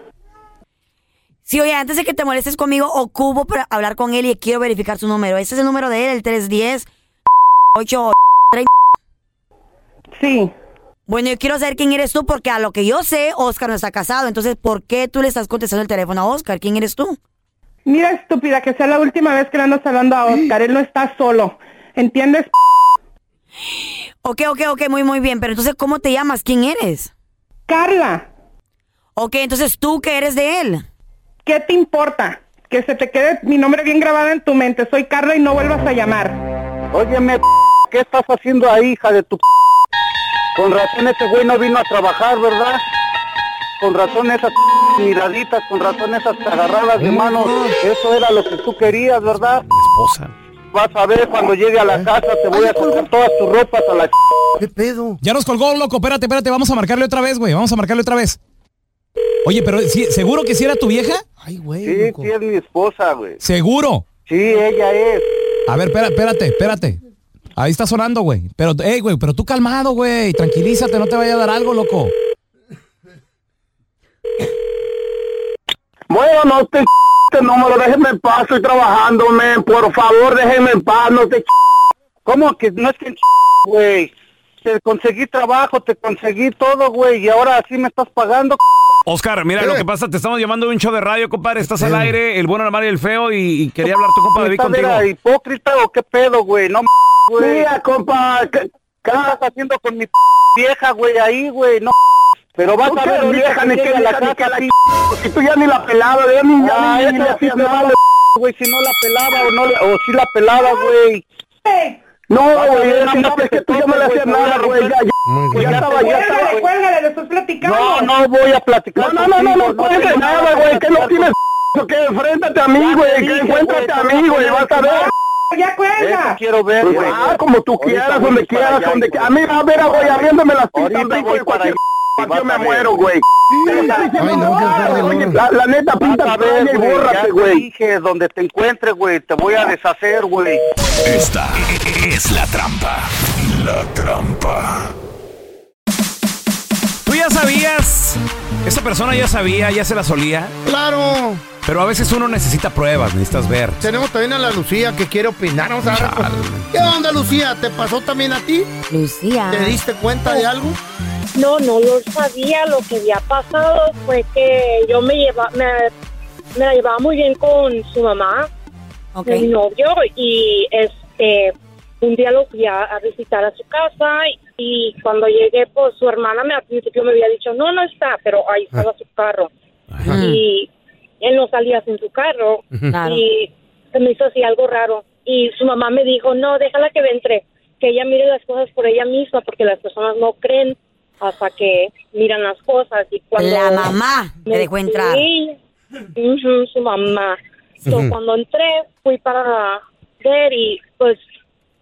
S4: Sí, oye, antes de que te molestes conmigo, ocupo para hablar con él y quiero verificar su número. Este es el número de él, el 310 8 Sí. Bueno, yo quiero saber quién eres tú, porque a lo que yo sé, Oscar no está casado. Entonces, ¿por qué tú le estás contestando el teléfono a Oscar? ¿Quién eres tú?
S1: Mira, estúpida, que sea la última vez que le andas hablando a Oscar. Él no está solo. ¿Entiendes?
S4: Ok, ok, ok, muy, muy bien. Pero entonces, ¿cómo te llamas? ¿Quién eres? Carla. Ok, entonces, ¿tú qué eres de él?
S1: ¿Qué te importa? Que se te quede mi nombre bien grabado en tu mente. Soy Carla y no vuelvas a llamar.
S16: Óyeme, p- ¿qué estás haciendo ahí, hija de tu p-? Con razón ese güey no vino a trabajar, ¿verdad? Con razón esas p- miraditas, con razón esas agarradas de manos, eso era lo que tú querías, ¿verdad?
S2: Esposa.
S16: Vas a ver cuando llegue a la casa, te voy a sacar todas tus ropas a la ch...
S17: ¿Qué pedo? Ya nos colgó, loco, espérate, espérate, vamos a marcarle otra vez, güey, vamos a marcarle otra vez. Oye, pero ¿sí- ¿seguro que si era tu vieja?
S16: Sí, sí es mi esposa, güey.
S17: ¿Seguro?
S16: Sí, ella es.
S17: A ver, espérate, espérate, espérate. Ahí está sonando, güey. Pero, hey, güey, pero tú calmado, güey. Tranquilízate, no te vaya a dar algo, loco.
S18: Bueno, no te este número, déjenme en paz, estoy trabajando, men. Por favor, déjenme en paz, no te
S16: ¿Cómo que no es que güey? Te conseguí trabajo, te conseguí todo, güey, y ahora así me estás pagando,
S2: Oscar, mira
S17: Eh.
S2: lo que pasa, te estamos llamando de un show de radio, compadre. Estás al aire, el bueno, la mala y el feo, y, y quería hablar tu compa David
S16: ¿Estás de
S2: contigo.
S16: la hipócrita o qué pedo, güey? No, m- güey. Mira, compa, ¿qué, estás haciendo con mi p- vieja, güey, ahí, güey? No, m- pero vas
S18: ¿Tú
S16: a
S18: qué
S16: ver
S18: vieja,
S16: ahorita
S18: ni
S16: que
S18: qué
S16: llegue a la
S18: vieja, ni
S16: casa,
S18: qué la
S16: sí. pues,
S18: Si tú ya ni la pelaba, ya ni, ya
S16: Ah,
S18: ni- ni
S16: esa
S18: la-
S16: sí
S18: ni
S16: me
S18: la-
S16: vale, güey, si no la pelaba o, no, la- o si la pelaba, güey.
S18: No,
S16: Vas a
S18: güey,
S16: ver,
S18: no,
S16: si
S18: no, es que tú ya no le hacías nada, güey, ya, ya.
S16: Ya estaba, ya estaba, güey.
S1: Cuélgale, le estás platicando.
S18: No, no voy a platicar. No, no, no, no, no cuentes nada, güey, que no tienes que enfréntate a mí, güey, que encuéntrate a mí, güey, vas a ver.
S1: Ya cuelga.
S18: quiero ver, güey. Ah, como tú quieras, donde quieras, donde quieras. A mí, a ver, güey, abriéndome las pintas, güey, cualquier yo me muero, güey. Pero estás diciendo nada, Oye, la, la neta, pinta
S16: ver,
S18: y
S16: güey, ya
S18: bórrate,
S16: te
S18: güey.
S16: dije, donde te encuentre, güey, te voy a deshacer, güey.
S11: Esta es la trampa. La trampa.
S2: Tú ya sabías, esa persona ya sabía, ya se la solía.
S3: Claro.
S2: Pero a veces uno necesita pruebas, necesitas ver.
S3: Tenemos también a la Lucía que quiere opinar. Vamos a ver, pues, ¿Qué onda, Lucía? ¿Te pasó también a ti?
S4: Lucía.
S3: ¿Te diste cuenta de algo?
S19: No, no lo sabía. Lo que había pasado fue que yo me, lleva, me, me la llevaba muy bien con su mamá,
S4: Ok.
S19: mi novio, y este un día lo fui a, a visitar a su casa y, cuando llegué, pues su hermana me, al principio me había dicho, no, no está, pero ahí estaba su carro. Y él no salía sin su carro
S7: Ujú. Claro.
S19: y se me hizo así algo raro. y su mamá me dijo, no, déjala que entre, que ella mire las cosas por ella misma, porque las personas no creen hasta que miran las cosas. Y cuando
S4: La mamá me dejó entrar.
S19: Sí, ujú, su mamá. So,
S4: Ujú.
S19: Cuando entré, fui para ver y pues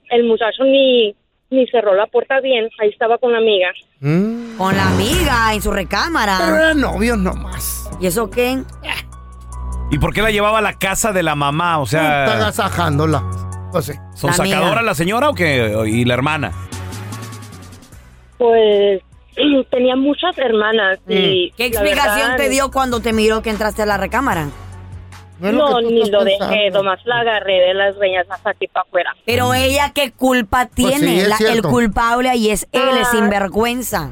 S19: el muchacho ni, ni cerró la puerta bien, ahí estaba con la amiga.
S17: ¿Mm?
S4: Con la amiga en su recámara.
S3: Pero eran novios nomás.
S4: ¿Y eso qué?
S2: ¿Y por qué la llevaba a la casa de la mamá? O
S3: Está
S2: sea,
S3: agasajándola. Pues sí.
S2: Ah. ¿son sacadora la señora o qué? ¿Y la hermana?
S19: Pues tenía muchas hermanas y...
S4: Mm. ¿Qué
S19: la
S4: explicación
S19: verdad,
S4: te dio cuando te miró que entraste a la recámara?
S19: No, ni lo dejé, nomás la agarré de las reñas hasta aquí para afuera.
S4: Pero ella, ¿qué culpa
S3: Pues
S4: tiene?
S19: sí, es
S4: La- el
S19: cierto.
S4: culpable ahí es él,
S20: Ah.
S4: es sinvergüenza.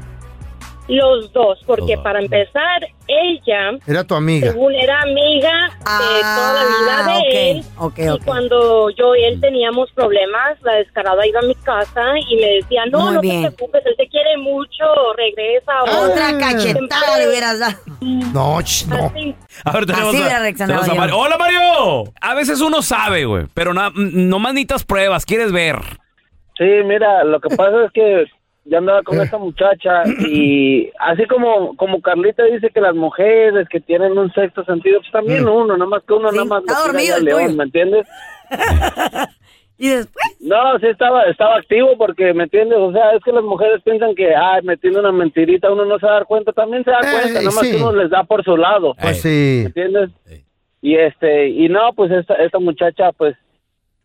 S19: Los dos, porque para empezar, ella,
S3: Era tu amiga.
S19: según era amiga de
S4: Ah,
S19: toda la vida de
S3: ok,
S19: él,
S3: ok,
S19: y
S3: ok.
S19: cuando yo y él teníamos problemas, la descarada iba a mi casa y me decía, no,
S4: Muy
S19: no
S4: bien.
S19: te preocupes, él te quiere mucho, regresa. o-
S4: Otra cachetada le hubieras dado.
S3: No, ch- no.
S2: A ver, tenemos,
S4: Así
S2: a-
S4: hubiera reaccionado
S2: tenemos a
S4: yo.
S2: Mario. ¡Hola, Mario! A veces uno sabe, güey, pero na- nomás necesitas pruebas, quieres ver.
S20: Sí, mira, lo que pasa es que yo andaba con esta muchacha y así como como Carlita dice que las mujeres que tienen un sexto sentido, pues también uno, nada más que uno nada más
S4: Mm. está
S20: le tira
S4: dormido
S20: al
S4: el
S20: león,
S4: tuyo.
S20: ¿me entiendes?
S4: y después
S20: No, sí estaba estaba activo porque, ¿me entiendes? O sea, es que las mujeres piensan que, ay, me tiene una mentirita, uno no se va a dar cuenta, también se da
S4: Eh,
S20: cuenta, nada más
S3: sí.
S20: que uno les da por su lado.
S3: Pues
S20: ¿me
S3: sí.
S20: entiendes? Y este, y no, pues esta, esta muchacha, pues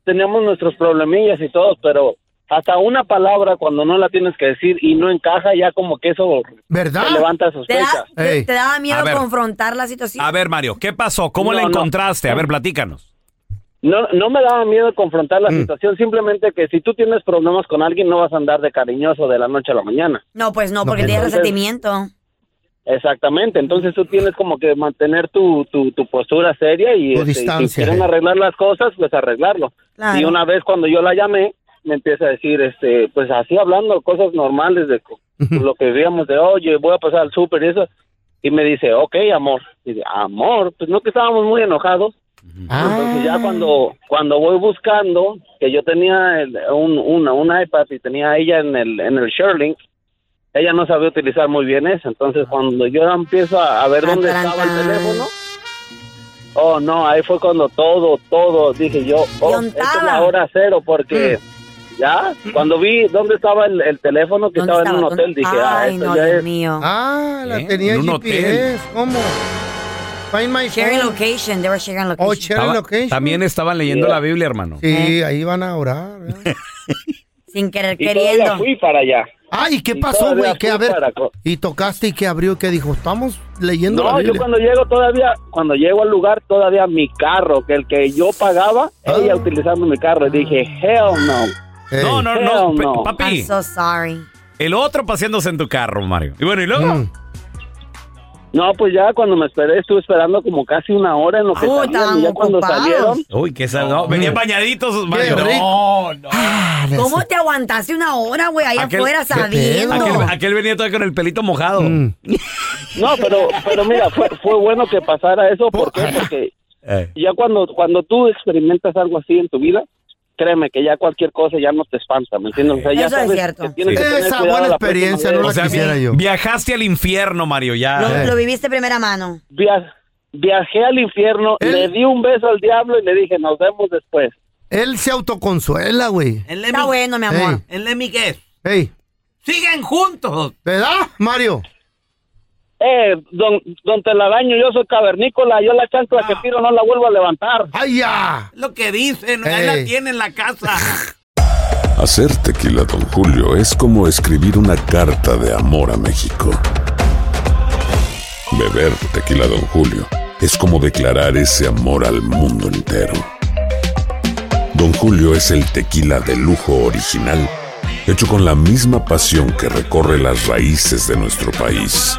S20: teníamos nuestros problemillas y todos, pero hasta una palabra cuando no la tienes que decir y no encaja, ya como que eso
S3: ¿Verdad?
S20: te levanta
S4: ¿Te, da-
S20: sospechas.
S4: te, te daba
S2: A
S4: miedo
S2: ver.
S4: confrontar la situación?
S2: A ver, Mario, ¿qué pasó? ¿Cómo
S20: No,
S2: la
S20: no.
S2: encontraste? A ver, platícanos.
S20: No, no me daba miedo confrontar la situación, simplemente que si tú tienes problemas con alguien no vas a andar de cariñoso de la noche a la mañana.
S4: No, pues no, porque
S20: pues
S4: tienes
S20: no.
S4: resentimiento.
S20: Exactamente, entonces tú tienes como que mantener tu, tu, tu postura seria y
S3: Tu
S20: este, si
S3: distancia,
S20: quieren
S3: eh.
S20: arreglar las cosas, pues arreglarlo.
S4: Claro.
S20: Y una vez cuando yo la llamé, me empieza a decir, este, pues así hablando cosas normales de co- lo que vivíamos de, oye, voy a pasar al súper y eso. Y me dice, ok, amor. Y dice, amor, pues no que estábamos muy enojados. Entonces ya cuando, cuando voy buscando, que yo tenía el- un, una, un iPad y tenía a ella en el, en el ShareLink, ella no sabía utilizar muy bien eso. Entonces, cuando yo empiezo a, a ver dónde estaba el teléfono, oh no, ahí fue cuando todo, todo, dije yo, oh, esta es la hora cero, porque ya, cuando vi dónde estaba el, el teléfono, que estaba en un hotel, dije, ah,
S4: Ay,
S20: esto
S4: no,
S20: ya
S4: Dios
S20: es.
S4: mío.
S3: Ah,
S2: ¿Eh?
S3: la tenía
S20: En un
S3: GPS. ¿Cómo? Find my
S4: Sharing
S3: phone.
S4: location, they were sharing location.
S3: Oh, sharing
S2: Estaba-
S3: location.
S2: También estaban leyendo la Biblia, hermano.
S3: Sí,
S4: Eh.
S3: ahí van a orar.
S4: Sin querer,
S20: Y todavía
S4: queriendo.
S20: fui para allá.
S3: Ah, ¿y qué
S20: Y
S3: pasó,
S20: todavía
S3: güey? ¿Qué? A
S20: fui
S3: ver.
S20: para co-
S3: Y tocaste y que abrió y que dijo, estamos leyendo la
S20: No, yo
S3: Biblia.
S20: cuando llego todavía, cuando llego al lugar, todavía mi carro, que el que yo pagaba,
S3: Ah.
S20: ella utilizando mi carro, y dije, hell no.
S2: No, no, no,
S20: Hell
S2: pe-
S20: no.
S2: papi.
S4: I'm so sorry.
S2: El otro paseándose en tu carro, Mario. Y bueno, ¿y luego?
S3: Mm.
S20: No, pues ya cuando me esperé, estuve esperando como casi una hora en lo que
S4: Oh,
S20: salían, y ya
S4: estaban
S20: cuando
S4: ocupados.
S20: salieron,
S2: Uy, qué sal... no, venían bañaditos, Mario.
S3: Mm. rico.
S2: No, no.
S3: Ah,
S4: ¿Cómo te aguantaste una hora, güey, allá afuera sabiendo?
S2: Aquel, aquel venía todavía con el pelito mojado.
S3: Mm.
S20: No, pero, pero mira, fue, fue bueno que pasara eso. ¿Por qué? Porque ya cuando, cuando tú experimentas algo así en tu vida, créeme que ya cualquier cosa ya no te espanta, ¿me entiendes? O sea, ya
S4: Eso es
S20: sabes
S4: cierto.
S20: que tienes que
S3: Sí.
S20: tener
S3: Esa
S20: cuidado
S3: buena
S20: la próxima
S3: experiencia,
S20: vez.
S3: no la quisiera yo.
S2: Viajaste al infierno, Mario, ya.
S4: Lo, lo viviste primera mano.
S20: Via- viajé al infierno, le di un beso al diablo y le dije, nos vemos después.
S3: Él se autoconsuela, güey.
S4: Está bueno, mi amor.
S1: El de Miguel.
S3: Ey,
S1: Siguen juntos.
S3: ¿verdad, Mario?
S20: Eh, don, don Telaraño, yo soy cavernícola, yo la chancla
S7: Ah.
S20: que tiro no la vuelvo a levantar.
S3: ¡Ay, ya!
S1: Lo que dicen. Ahí la tienen en la casa.
S12: Hacer tequila, Don Julio, es como escribir una carta de amor a México. Beber tequila, Don Julio, es como declarar ese amor al mundo entero. Don Julio es el tequila de lujo original, hecho con la misma pasión que recorre las raíces de nuestro país.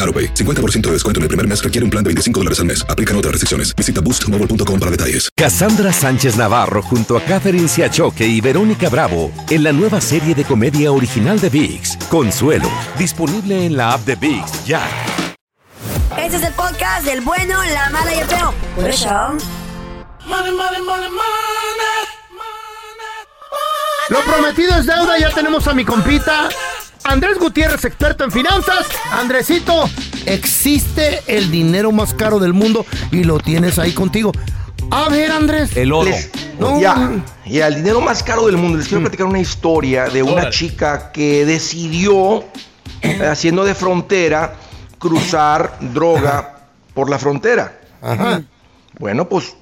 S13: AroPay. 50% de descuento en el primer mes requiere un plan de 25 dólares al mes. Aplican otras restricciones. Visita boostmobile.com para detalles.
S11: Cassandra Sánchez Navarro junto a Catherine Siachoque y Verónica Bravo en la nueva serie de comedia original de VIX, Consuelo, disponible en la app de VIX ya.
S4: Este es el podcast del bueno, la mala y el feo. Por eso.
S3: Lo prometido es deuda, ya tenemos a mi compita. Andrés Gutiérrez, experto en finanzas. Andresito, existe el dinero más caro del mundo y lo tienes ahí contigo. A ver, Andrés.
S21: El oro.
S3: les- no,
S21: Ya, ya, el dinero más caro del mundo. Les quiero platicar una historia de una
S3: Órale.
S21: chica que decidió, eh, haciendo de frontera, cruzar droga por la frontera. Bueno, pues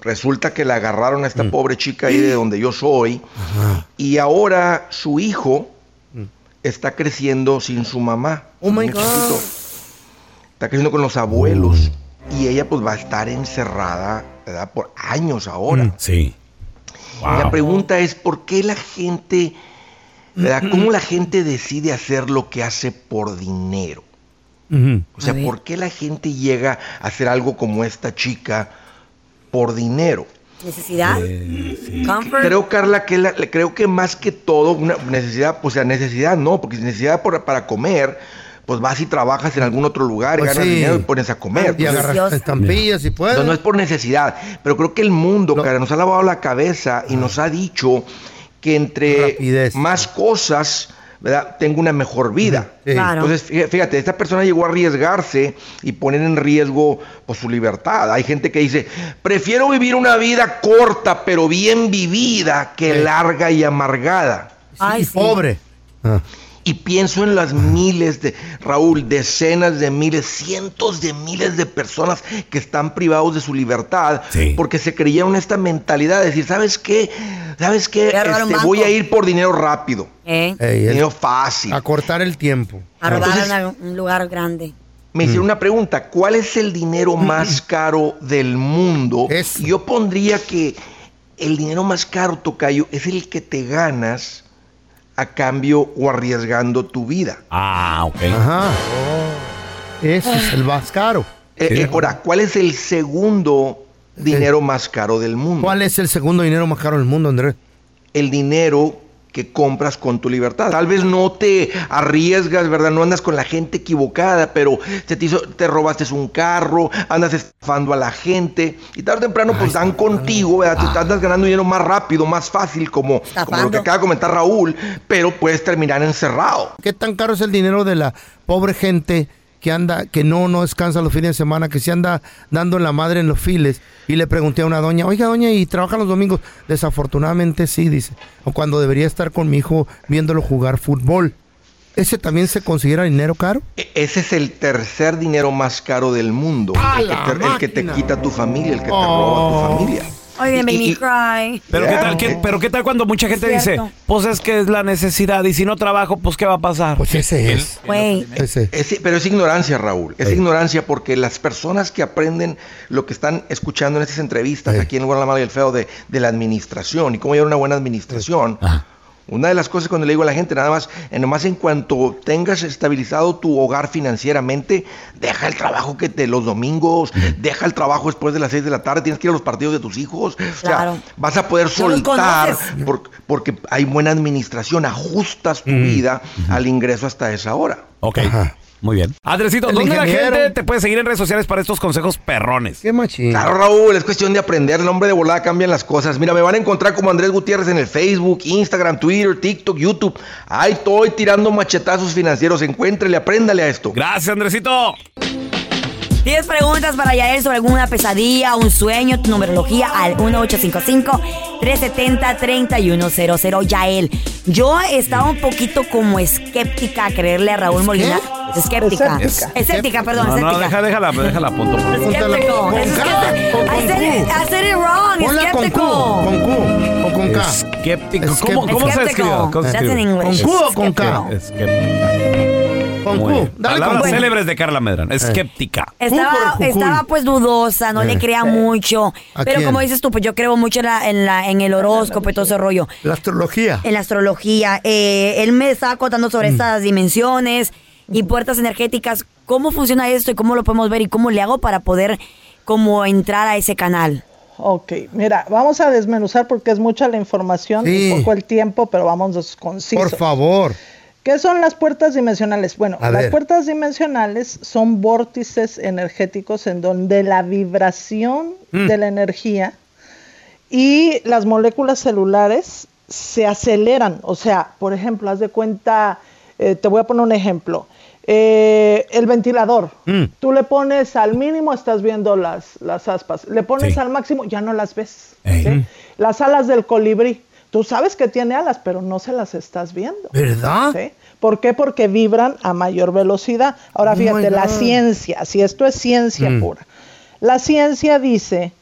S21: resulta que la agarraron a esta pobre chica ahí de donde yo soy. Y ahora su hijo está creciendo sin su mamá.
S3: Oh my
S21: Muy chiquito. Está creciendo con los abuelos. Y ella pues va a estar encerrada ¿verdad? por años ahora.
S2: sí.
S21: La pregunta es, ¿por qué la gente, ¿verdad? cómo la gente decide hacer lo que hace por dinero? O sea, ¿por qué la gente llega a hacer algo como esta chica por dinero?
S4: ¿Necesidad? Comfort.
S21: Creo, Carla, que la- le- creo que más que todo, una necesidad, pues, o sea, necesidad no, porque si necesidad por- para comer, pues vas y trabajas en algún otro lugar,
S3: Pues
S21: ganas
S3: sí.
S21: dinero y pones a comer. pues
S3: Y agarras Delicioso. estampillas
S21: y puedes. no es por necesidad, pero creo que el mundo, Carla, nos ha lavado la cabeza y nos ha dicho que entre más cosas, ¿verdad? Tengo una mejor vida.
S3: Sí. Claro.
S21: Entonces, fí- fíjate, esta persona llegó a arriesgarse y poner en riesgo pues, su libertad. Hay gente que dice, prefiero vivir una vida corta pero bien vivida que larga y amargada.
S4: Ay, sí.
S21: Pobre. Y pienso en las miles de, Raúl, decenas de miles, cientos de miles de personas que están privados de su libertad porque se creyeron esta mentalidad de decir, ¿sabes qué? ¿Sabes qué?
S3: Voy a robar un
S21: Este,
S3: banco".
S21: voy a ir por dinero rápido.
S4: ¿Eh?
S21: Dinero fácil.
S3: A cortar el tiempo.
S4: A
S2: ah,
S4: robar una- un lugar grande.
S21: Me hicieron una pregunta, ¿cuál es el dinero
S3: Mm.
S21: más caro del mundo? Y Yo pondría que el dinero más caro, Tocayo, es el que te ganas a cambio o arriesgando tu vida.
S2: Ah, ok.
S3: Ajá. Ese es el más caro.
S21: Eh, ahora, ¿cuál es el segundo dinero más caro del mundo?
S3: ¿Cuál es el segundo dinero más caro del mundo, Andrés?
S21: El dinero que compras con tu libertad. Tal vez no te arriesgas, ¿verdad? No andas con la gente equivocada, pero se te, hizo- te robaste un carro, andas estafando a la gente y tarde o temprano pues dan contigo, ¿verdad?
S3: Ah.
S21: Te andas ganando dinero más rápido, más fácil, como, como lo que acaba de comentar Raúl, pero puedes terminar encerrado.
S3: ¿Qué tan caro es el dinero de la pobre gente que anda, que no, no descansa los fines de semana, que se anda dando la madre en los files? Y le pregunté a una doña, oiga doña, ¿y trabaja los domingos? Desafortunadamente sí, dice. O cuando debería estar con mi hijo viéndolo jugar fútbol. ¿Ese también se considera dinero caro?
S21: E- Ese es el tercer dinero más caro del mundo,
S4: ¡A
S21: el que,
S4: la Oh.
S21: te, el que te quita tu familia, el que te roba tu familia.
S4: Ay, bien, me cry.
S2: Pero qué tal, que- pero qué tal cuando mucha gente dice,
S4: Cierto.
S2: pues es que es la necesidad y si no trabajo, pues qué va a pasar. Pues
S3: ese
S2: es.
S4: Güey.
S21: Es- pero es ignorancia, Raúl. Es ignorancia porque las personas que aprenden lo que están escuchando en estas entrevistas aquí en el Buena, la Mala y el Feo de, de la administración y cómo llevar una buena administración. Una de las cosas cuando le digo a la gente, nada más, eh, nomás en cuanto tengas estabilizado tu hogar financieramente, deja el trabajo que te los domingos, deja el trabajo después de las 6 de la tarde, tienes que ir a los partidos de tus hijos. O sea,
S6: Claro.
S21: vas a poder
S6: No los
S21: soltar
S6: conoces.
S21: por- porque hay buena administración, ajustas tu vida al ingreso hasta esa hora.
S2: Ok. Muy bien. Andresito,
S21: El
S2: ¿dónde
S21: ingeniero.
S2: la gente te puede seguir en redes sociales para estos consejos perrones?
S3: Qué machín.
S21: Claro, Raúl, es cuestión de aprender. El hombre de volada cambian las cosas. Mira, me van a encontrar como Andrés Gutiérrez en el Facebook, Instagram, Twitter, TikTok, YouTube. Ahí estoy tirando machetazos financieros. Encuéntrele, apréndale a esto.
S2: Gracias, Andresito.
S4: 10 preguntas para Yael sobre alguna pesadilla, un sueño, tu numerología al 1855-370-3100. Yael, yo estaba un poquito como escéptica a creerle a Raúl Molina. Escéptica.
S2: Escéptica.
S4: Escéptica, perdón,
S2: No, no,
S4: escéptica.
S2: deja, déjala, déjala, punto.
S4: Pues
S2: por favor.
S4: Escéptico. Es escéptico. I said it- I said it wrong.
S3: Ponla con Q,
S4: Escéptico.
S3: con Q o con K.
S2: Escéptico. ¿Cómo,
S3: Escéptico.
S2: cómo se escribe? ¿Cómo se
S3: That's
S2: escribe?
S3: in English. ¿Con Q o con K?
S2: Escéptica.
S3: Con
S2: Muy
S3: Q.
S2: bien.
S3: Dale
S2: Palabras
S3: con Q. Eh.
S2: célebres de Carla Medrano. Escéptica.
S4: Estaba,
S2: Cucuy.
S4: estaba pues dudosa, no
S2: Eh.
S4: le crea
S2: Eh.
S4: mucho.
S2: ¿A
S4: Pero
S2: quién?
S4: como dices tú, pues yo creo mucho en, la- en la- en el horóscopo y todo ese rollo.
S3: La astrología.
S4: En la astrología. Eh, él me estaba contando sobre
S3: Mm.
S4: estas dimensiones y puertas energéticas. ¿Cómo funciona esto y cómo lo podemos ver y cómo le hago para poder como entrar a ese canal?
S22: Ok, mira, vamos a desmenuzar porque es mucha la información
S3: Sí.
S22: y poco el tiempo, pero vamos conciso.
S3: Por favor.
S22: ¿Qué son las puertas dimensionales? Bueno,
S3: A
S22: las
S3: ver.
S22: puertas dimensionales son vórtices energéticos en donde la vibración
S3: Mm.
S22: de la energía y las moléculas celulares se aceleran. O sea, por ejemplo, haz de cuenta, eh, te voy a poner un ejemplo. Eh, el ventilador,
S3: Mm.
S22: tú le pones al mínimo, estás viendo las, las aspas. Le pones al máximo, ya no las ves. ¿sí? Las alas del colibrí, tú sabes que tiene alas, pero no se las estás viendo.
S3: ¿Verdad?
S22: ¿Sí? ¿Por qué? Porque vibran a mayor velocidad. Ahora
S3: Oh my
S22: fíjate, la
S3: God.
S22: ciencia, si esto es ciencia
S3: Mm.
S22: pura, la ciencia dice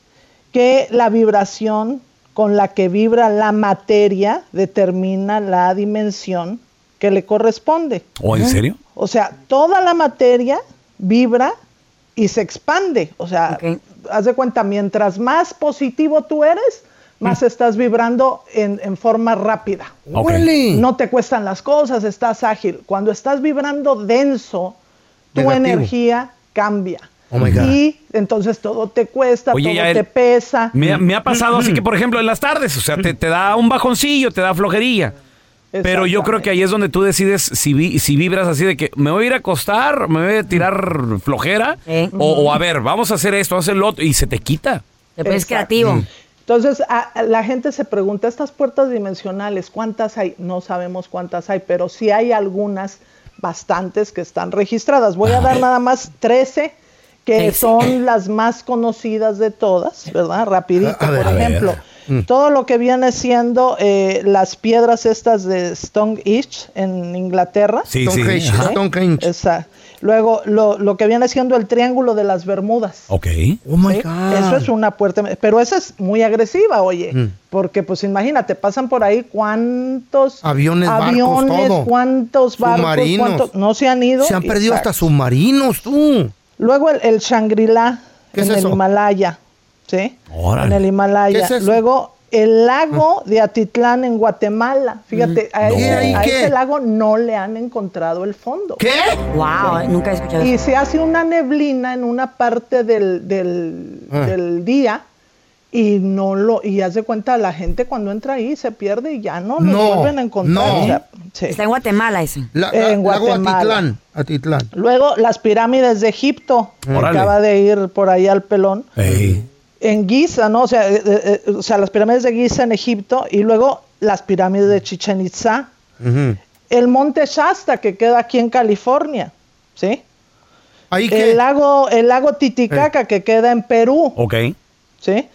S22: que la vibración con la que vibra la materia determina la dimensión que le corresponde.
S2: ¿O en serio?
S22: O sea, toda la materia vibra y se expande. O sea, haz de cuenta, mientras más positivo tú eres, más estás vibrando en, en forma rápida.
S3: Mm. Ok. Órale.
S22: No te cuestan las cosas, estás ágil. Cuando estás vibrando denso, tu
S3: Negativo.
S22: energía cambia.
S3: Oh my God.
S22: Y entonces todo te cuesta,
S2: Oye,
S22: todo
S2: ya
S22: te
S2: el-
S22: pesa.
S2: Me, ha- me ha pasado así que, por ejemplo, en las tardes, o sea, te, te da un bajoncillo, te da flojerilla. Pero yo creo que ahí es donde tú decides si, vi- si vibras así de que me voy a ir a acostar, me voy a tirar flojera, o, o a ver, vamos a hacer esto, vamos a hacer lo otro, y se te quita.
S22: Te
S4: pones creativo. Mm.
S22: Entonces, a- a la gente se pregunta, estas puertas dimensionales, ¿cuántas hay? No sabemos cuántas hay, pero sí hay algunas bastantes que están registradas. Voy a dar nada más 13 que
S3: Trece.
S22: son las más conocidas de todas, ¿verdad? Rapidito,
S3: A- a ver, a
S22: por
S3: ver,
S22: ejemplo.
S3: a ver. Mm.
S22: Todo lo que viene siendo eh, las piedras estas de Stonehenge en Inglaterra. ¿eh?
S3: Sí, sí, Stonehenge, ajá. Stonehenge.
S22: Esa- Luego, lo, lo que viene siendo el Triángulo de las Bermudas.
S2: Ok.
S3: Oh my
S22: ¿sí?
S3: God.
S22: Eso es una puerta, pero esa es muy agresiva, oye,
S3: Mm.
S22: porque pues imagínate, pasan por ahí cuántos
S3: Aviones, barcos,
S22: aviones,
S3: todo.
S22: cuántos barcos,
S3: Submarinos.
S22: cuántos- no se han ido.
S3: Se han perdido
S22: Exacto.
S3: hasta submarinos, tú.
S22: Luego el, el Shangri-La
S3: ¿Qué
S22: en
S3: es eso?
S22: el Himalaya, ¿sí?
S3: Órale.
S22: En el Himalaya.
S3: ¿Qué es eso? Ah.
S22: Luego el lago de Atitlán en Guatemala. Fíjate, a,
S4: ¿Qué?
S22: ese,
S4: ¿Ahí
S22: a
S4: qué?
S22: ese lago no le han encontrado el fondo.
S3: ¿Qué?
S4: Wow, eh, nunca he escuchado
S22: Y
S4: eso.
S22: se hace una neblina en una parte del, del-
S4: Ah.
S22: del día y no lo y haz de cuenta la gente cuando entra ahí se pierde y ya no lo
S3: No,
S22: vuelven a encontrar.
S3: no.
S22: O sea, sí.
S4: Está en Guatemala ese.
S3: La,
S22: Eh,
S3: la-
S22: en
S3: lago
S22: Guatemala.
S3: Atitlán. Atitlán.
S22: Luego las pirámides de Egipto.
S3: Órale.
S22: Acaba de ir por ahí al pelón. En Giza, ¿no? O sea, eh, eh, eh, o sea, las pirámides de Giza en Egipto y luego las pirámides de Chichen Itza. El monte Shasta que queda aquí en California. ¿Sí?
S3: qué?
S22: el, lago, el lago Titicaca que queda en Perú.
S2: Ok.
S22: ¿Sí?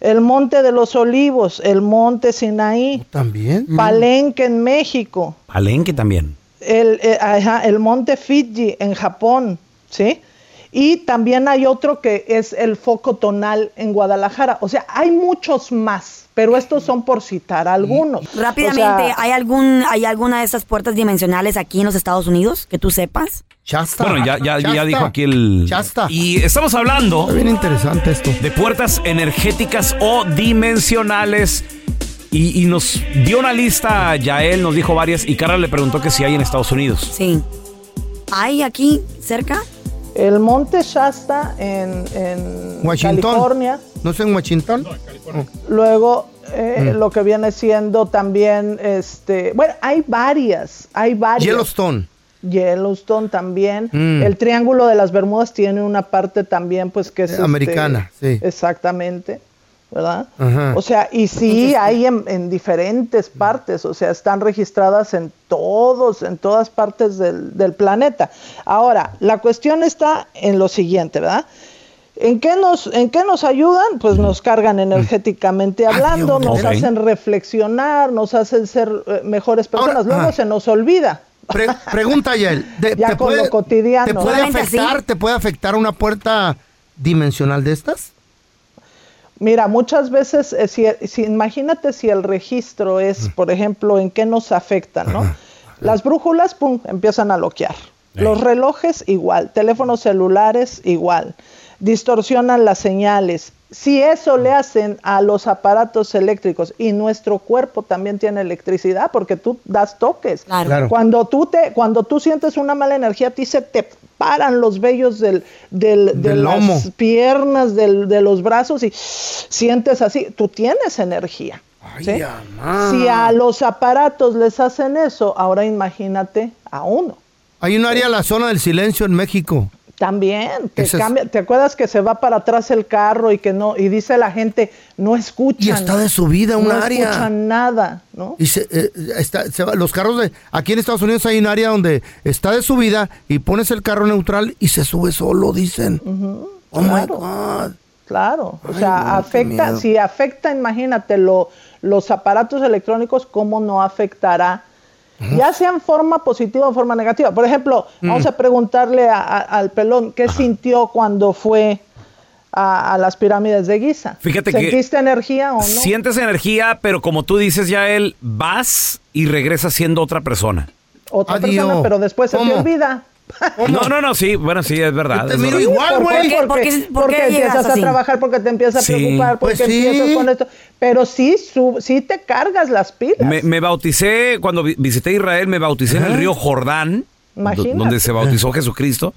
S22: El monte de los olivos, el monte Sinaí.
S3: También.
S2: Mm.
S22: Palenque en México
S2: Palenque también.
S22: el, eh, ajá, el monte Fiji en Japón, ¿sí? Y también hay otro que es el foco tonal en Guadalajara. O sea, hay muchos más, pero estos son por citar algunos.
S4: Rápidamente,
S22: O sea,
S4: ¿hay algún hay alguna de esas puertas dimensionales aquí en los Estados Unidos que tú sepas?
S3: Chasta.
S2: Bueno, ya, ya, ya
S3: Chasta.
S2: dijo aquí el...
S3: Chasta.
S2: Y estamos hablando...
S3: Está bien interesante esto.
S2: de puertas energéticas o dimensionales. Y, y nos dio una lista, Yael nos dijo varias, y Carla le preguntó que si hay en Estados Unidos.
S4: Sí. ¿Hay aquí cerca?
S22: el monte Shasta en, en
S3: Washington.
S22: California.
S3: ¿No es en Washington? Oh,
S22: Luego, eh,
S3: Mm.
S22: lo que viene siendo también, este, bueno, hay varias, hay
S3: Oh.
S22: varias.
S3: Yellowstone.
S22: Yellowstone también.
S3: Mm.
S22: El Triángulo de las Bermudas tiene una parte también, pues que es.
S3: Eh, americana, sí.
S22: Exactamente. ¿verdad?
S6: Ajá.
S22: O sea, y sí hay en, en diferentes partes, o sea, están registradas en todos, en todas partes del, del planeta. Ahora, la cuestión está en lo siguiente, ¿verdad? ¿En qué, nos, ¿En qué nos ayudan? Pues nos cargan energéticamente hablando,
S3: Ah, Dios,
S22: nos
S3: ok.
S22: hacen reflexionar, nos hacen ser eh, mejores personas. Luego
S3: ah.
S22: se nos olvida.
S3: Pre- pregunta, Yael. ¿te,
S22: Ya
S3: te
S22: con
S3: puede,
S22: lo cotidiano.
S3: ¿te puede
S22: Solamente
S3: afectar,
S22: así.
S3: ¿Te puede afectar una puerta dimensional de estas?
S22: Mira, muchas veces, eh, si, si- imagínate si el registro es, por ejemplo, en qué nos afectan, ¿no? Las brújulas, pum, empiezan a loquear. Los relojes, igual. Teléfonos celulares, igual. Distorsionan las señales. Si eso le hacen a los aparatos eléctricos y nuestro cuerpo también tiene electricidad, porque tú das toques.
S6: Claro.
S22: Cuando tú te, cuando tú sientes una mala energía, a ti se te paran los vellos del, del, de
S3: Del
S22: las
S3: lomo.
S22: piernas, del- de los brazos y sientes así, tú tienes energía. ¿sí? Si
S3: Ah.
S22: a los aparatos les hacen eso, ahora imagínate a uno.
S3: Hay un área, la zona del silencio en México.
S22: También, que
S3: Ese es-
S22: cambia- ¿te acuerdas que se va para atrás el carro y que no, y dice la gente, no escuchan.
S3: Y está de subida un
S22: no
S3: área.
S22: escuchan nada, ¿no?
S3: Y se- eh, está- se va- los carros de. Aquí en Estados Unidos hay un área donde está de subida y pones el carro neutral y se sube solo, dicen.
S22: Ujú,
S3: Oh my
S22: claro. Claro, o sea,
S3: no, qué
S22: afecta,
S3: miedo.
S22: si afecta, imagínate, lo- los aparatos electrónicos, ¿cómo no afectará? Ya sea en forma positiva o en forma negativa. Por ejemplo,
S6: Mm.
S22: vamos a preguntarle a- a- al pelón, ¿qué sintió cuando fue a, a las pirámides de Giza?
S2: Fíjate que-
S22: ¿Sentiste energía o no?
S2: Sientes energía, pero como tú dices, ya él vas y regresas siendo otra persona.
S22: Otra
S3: Adiós.
S22: persona, pero después se te
S3: ¿Cómo?
S22: olvida.
S2: No, no, no, sí, bueno, sí, es verdad. es
S22: Sí,
S2: verdad.
S22: ¿por qué? Porque, porque empiezas a trabajar, porque te empiezas a
S2: Sí.
S22: preocupar, porque
S2: Pues sí.
S22: empiezas con esto. Pero sí, su- sí te cargas las pilas.
S2: Me, me bauticé, cuando vi- visité Israel, me bauticé en el río Jordán, do-
S22: Imagínate. Eh.
S2: donde se bautizó Jesucristo.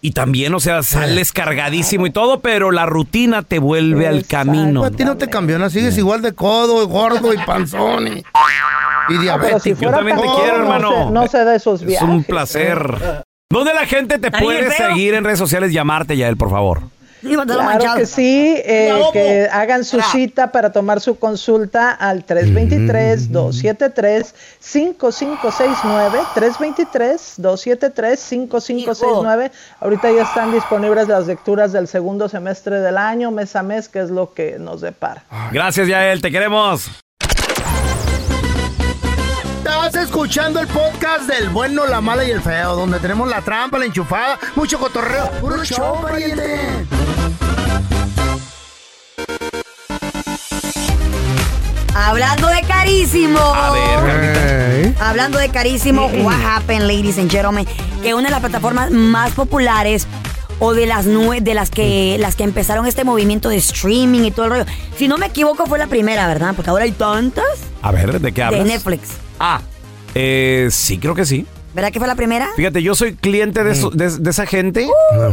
S2: Y también, o sea, sales cargadísimo y todo, pero la rutina te vuelve al camino.
S3: A ti no te cambió, ¿no? Sigues igual de codo, gordo y panzón y, y
S2: Ah,
S3: diabético.
S2: pero si fuera Yo también te tan quiero, gordo, no hermano. se- no
S22: se da esos
S2: Es un placer. ¿Dónde la gente te
S22: Está bien
S2: puede
S22: feo.
S2: seguir en redes sociales? Llamarte, Yael, por favor.
S22: Claro que sí, eh, que hagan su cita para tomar su consulta al 323-273-5569, 323-273-5569. Ahorita ya están disponibles las lecturas del segundo semestre del año, mes a mes, que es lo que nos depara.
S2: Gracias, Yael, te queremos.
S3: Estás escuchando el podcast del bueno, la mala y el feo, donde tenemos la trampa, la enchufada, mucho cotorreo. ¡Puro show, pariente!
S4: Hablando de carísimo.
S3: A ver, Carlita.
S4: Hablando de carísimo, what happened, ladies and gentlemen, que una de las plataformas más populares o de las nue- de las
S2: Mm.
S4: que las que empezaron este movimiento de streaming y todo el rollo. Si no me equivoco fue la primera, ¿verdad? Porque ahora hay tantas
S2: A ver, ¿de qué
S4: de
S2: hablas?
S4: Netflix.
S2: Ah, eh, sí, creo que sí.
S4: ¿Verdad que fue la primera?
S2: Fíjate, yo soy cliente de, eso- de- de esa gente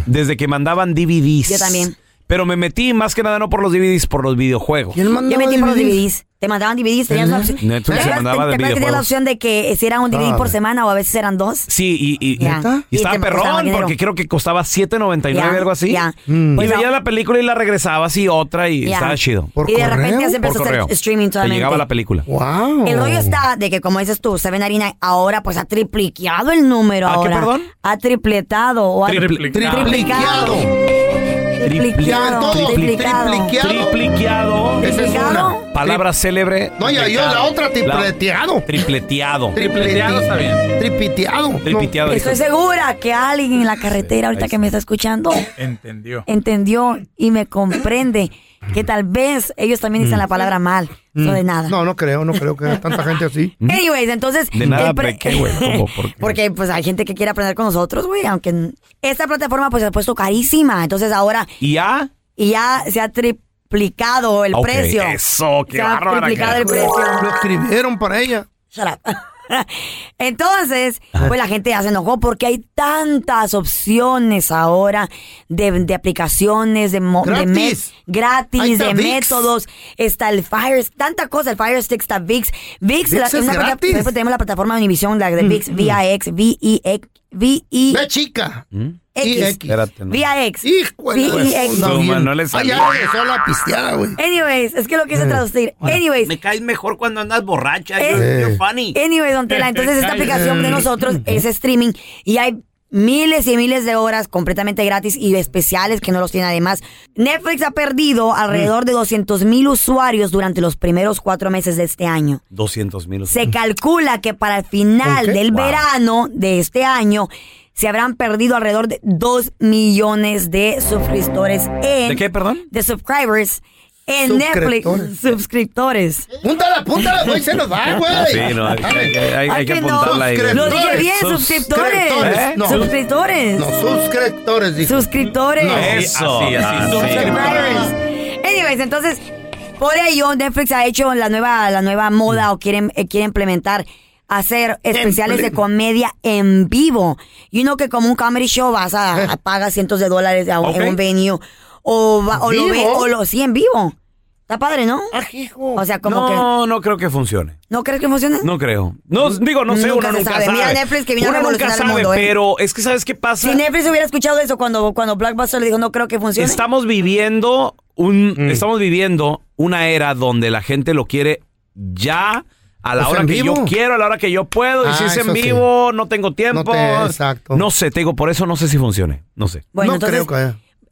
S2: desde que mandaban DVDs.
S4: Mm. Uh. Yo también.
S2: Pero me metí más que nada no por los DVDs, por los videojuegos.
S4: Yo metí por los DVDs. Te mandaban DVDs, tenías la opción.
S2: Netflix se
S4: ¿Te acuerdas-
S2: mandaba de
S4: te- te acuerdas que tenías la
S2: videojuegos.
S4: opción de que si era un DVD
S2: Ah.
S4: por semana o a veces eran dos?
S2: Sí, y, y,
S4: Ya. ¿Neta?
S2: y
S4: Y
S2: estaba
S4: te costaba
S2: perrón
S4: dinero.
S2: porque creo que costaba $7.99,
S4: Ya,
S2: algo así.
S4: ya.
S2: Y
S4: Pues
S2: veía la película y la regresabas y otra y
S4: Ya.
S2: estaba chido.
S4: Y de repente ya se
S2: Por
S4: empezó a hacer
S2: correo.
S4: streaming
S2: Te
S4: totalmente.
S2: llegaba la película.
S3: ¡Wow!
S4: El
S2: Oh.
S4: rollo está de que, como dices tú, Seven Harina ahora pues ha tripliqueado el número.
S2: ¿Ah, qué,
S4: ahora.
S2: perdón?
S4: Ha tripletado. O ha
S2: Tripli-
S4: triplicado. Triplicado.
S3: Todo,
S4: Triplicado.
S3: tripliqueado.
S2: Tripliqueado.
S3: Esa es
S4: Triplicado.
S3: una.
S2: Palabra célebre.
S3: No, ya, yo, la otra, tripleteado.
S2: Tripleteado.
S3: Tripleteado está bien. Tripiteado.
S2: Tripiteado.
S4: Estoy segura que alguien en la carretera ahorita que me está escuchando
S3: Entendió.
S4: entendió y me comprende que tal vez ellos también dicen
S3: Mm.
S4: la palabra mal. No de nada.
S3: No, no creo, no creo que haya tanta gente así.
S4: Anyways,
S2: pues,
S4: entonces.
S3: De nada,
S4: el pre-
S3: ¿de qué, güey? ¿Cómo? ¿Por qué?
S4: Porque pues hay gente que quiere aprender con nosotros, güey. Aunque n- esta plataforma pues se ha puesto carísima. Entonces ahora.
S2: ¿Y ya?
S4: Y ya se ha triplicado el
S3: Ok,
S4: precio.
S2: Eso, qué
S4: Se ha
S2: bárbara.
S4: triplicado
S2: que-
S4: el precio.
S3: Lo escribieron para ella.
S4: Shut up. Entonces, pues la gente ya se enojó porque hay tantas opciones ahora de, de aplicaciones, de, mo- de me-
S6: Gratis.
S4: gratis,
S6: Ahí está
S4: de
S6: Vix.
S4: métodos. Está el Fire, tanta cosa, el Fire Stick, está VIX. VIX,
S6: ¿Vix
S4: la-
S6: es
S4: plata-
S6: gratis?
S4: por ejemplo, tenemos la plataforma de Univision, la de
S6: Mm,
S4: VIX,
S6: mm.
S4: VIX, VIX, V-I.
S3: La chica.
S4: X.
S2: ¿Mm? Espérate, no.
S4: Vía X.
S3: Hijo de la-
S4: V-I-X.
S2: No, man, no le salió. Eh,
S3: regresó la pisteada, güey.
S4: Anyways, es que lo quise traducir. Anyways.
S1: Me caes mejor cuando andas borracha.
S4: Eh.
S1: you're- you're funny.
S4: Anyway, don Tela, entonces esta aplicación de nosotros es streaming y hay miles y miles de horas completamente gratis y especiales que no los tiene además. Netflix ha perdido alrededor de 200 mil usuarios durante los primeros cuatro meses de este año.
S2: 200 mil.
S4: Se calcula que para el final
S2: ¿Ok?
S4: del
S2: Wow.
S4: verano de este año se habrán perdido alrededor de 2 millones de suscriptores en...
S2: ¿De qué, perdón?
S4: De subscribers en
S2: Suscriptores.
S4: Netflix. Suscriptores.
S3: Apúntala, apúntala, güey, se nos va, güey. Ah,
S2: Sí, no, hay, hay- hay- hay
S4: Ay,
S2: que
S4: que no.
S2: apuntarla ahí. güey.
S4: Lo dije bien, suscriptores.
S3: suscriptores,
S4: ¿Eh?
S3: no.
S4: Suscriptores.
S3: No, suscriptores, dijo.
S4: Suscriptores.
S3: pues,
S2: Eso.
S3: No, así, así,
S4: Subscribers. Anyways, entonces, por ello, Netflix ha hecho la nueva, la nueva moda o quiere, eh, quiere implementar hacer especiales de comedia en vivo. Y uno que como un comedy show vas
S2: Eh.
S4: a, a pagar cientos de dólares a un- en
S7: Ok.
S4: un venue. O, va- o lo ve,
S2: ¿Vivo? Ah,
S4: o lo, sí, en vivo. Está padre, ¿no? O sea, como que.
S2: No, no creo que funcione.
S4: ¿No crees que funcione?
S2: No creo. No, digo, no sé,
S4: Nunca
S2: uno
S4: se
S2: nunca
S4: sabe.
S2: sabe.
S4: Mira Netflix que vino a
S2: uno nunca
S4: revolucionar el
S2: sabe,
S4: mundo, ¿eh?
S2: pero es que ¿sabes qué pasa?
S4: Si Netflix hubiera escuchado eso cuando, cuando Blockbuster le dijo no creo que funcione.
S2: Estamos viviendo un Mm,
S4: Mm.
S2: estamos viviendo una era donde la gente lo quiere ya a la
S3: Pues
S2: hora
S3: en
S2: que yo
S3: vivo.
S2: quiero, a la hora que yo puedo, y
S3: Ah,
S2: si es en
S3: eso sí.
S2: vivo, no tengo tiempo.
S3: te-
S2: exacto. No sé, te digo, por eso no sé si funcione, no sé.
S4: Bueno, entonces,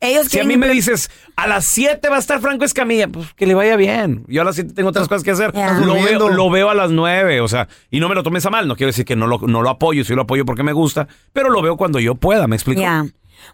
S4: ellos
S2: Si a
S4: quieren
S2: mí me dices, a las 7 va a estar Franco Escamilla, pues que le vaya bien. Yo a las 7 tengo otras cosas que hacer.
S4: Ya.
S2: Lo,
S4: Durmiendo.
S2: veo, lo veo a las 9, o sea, y no me lo tomes a mal. No quiero decir que no lo, no lo apoyo, sí lo apoyo porque me gusta, pero lo veo cuando yo pueda, ¿me explico?
S4: Ya.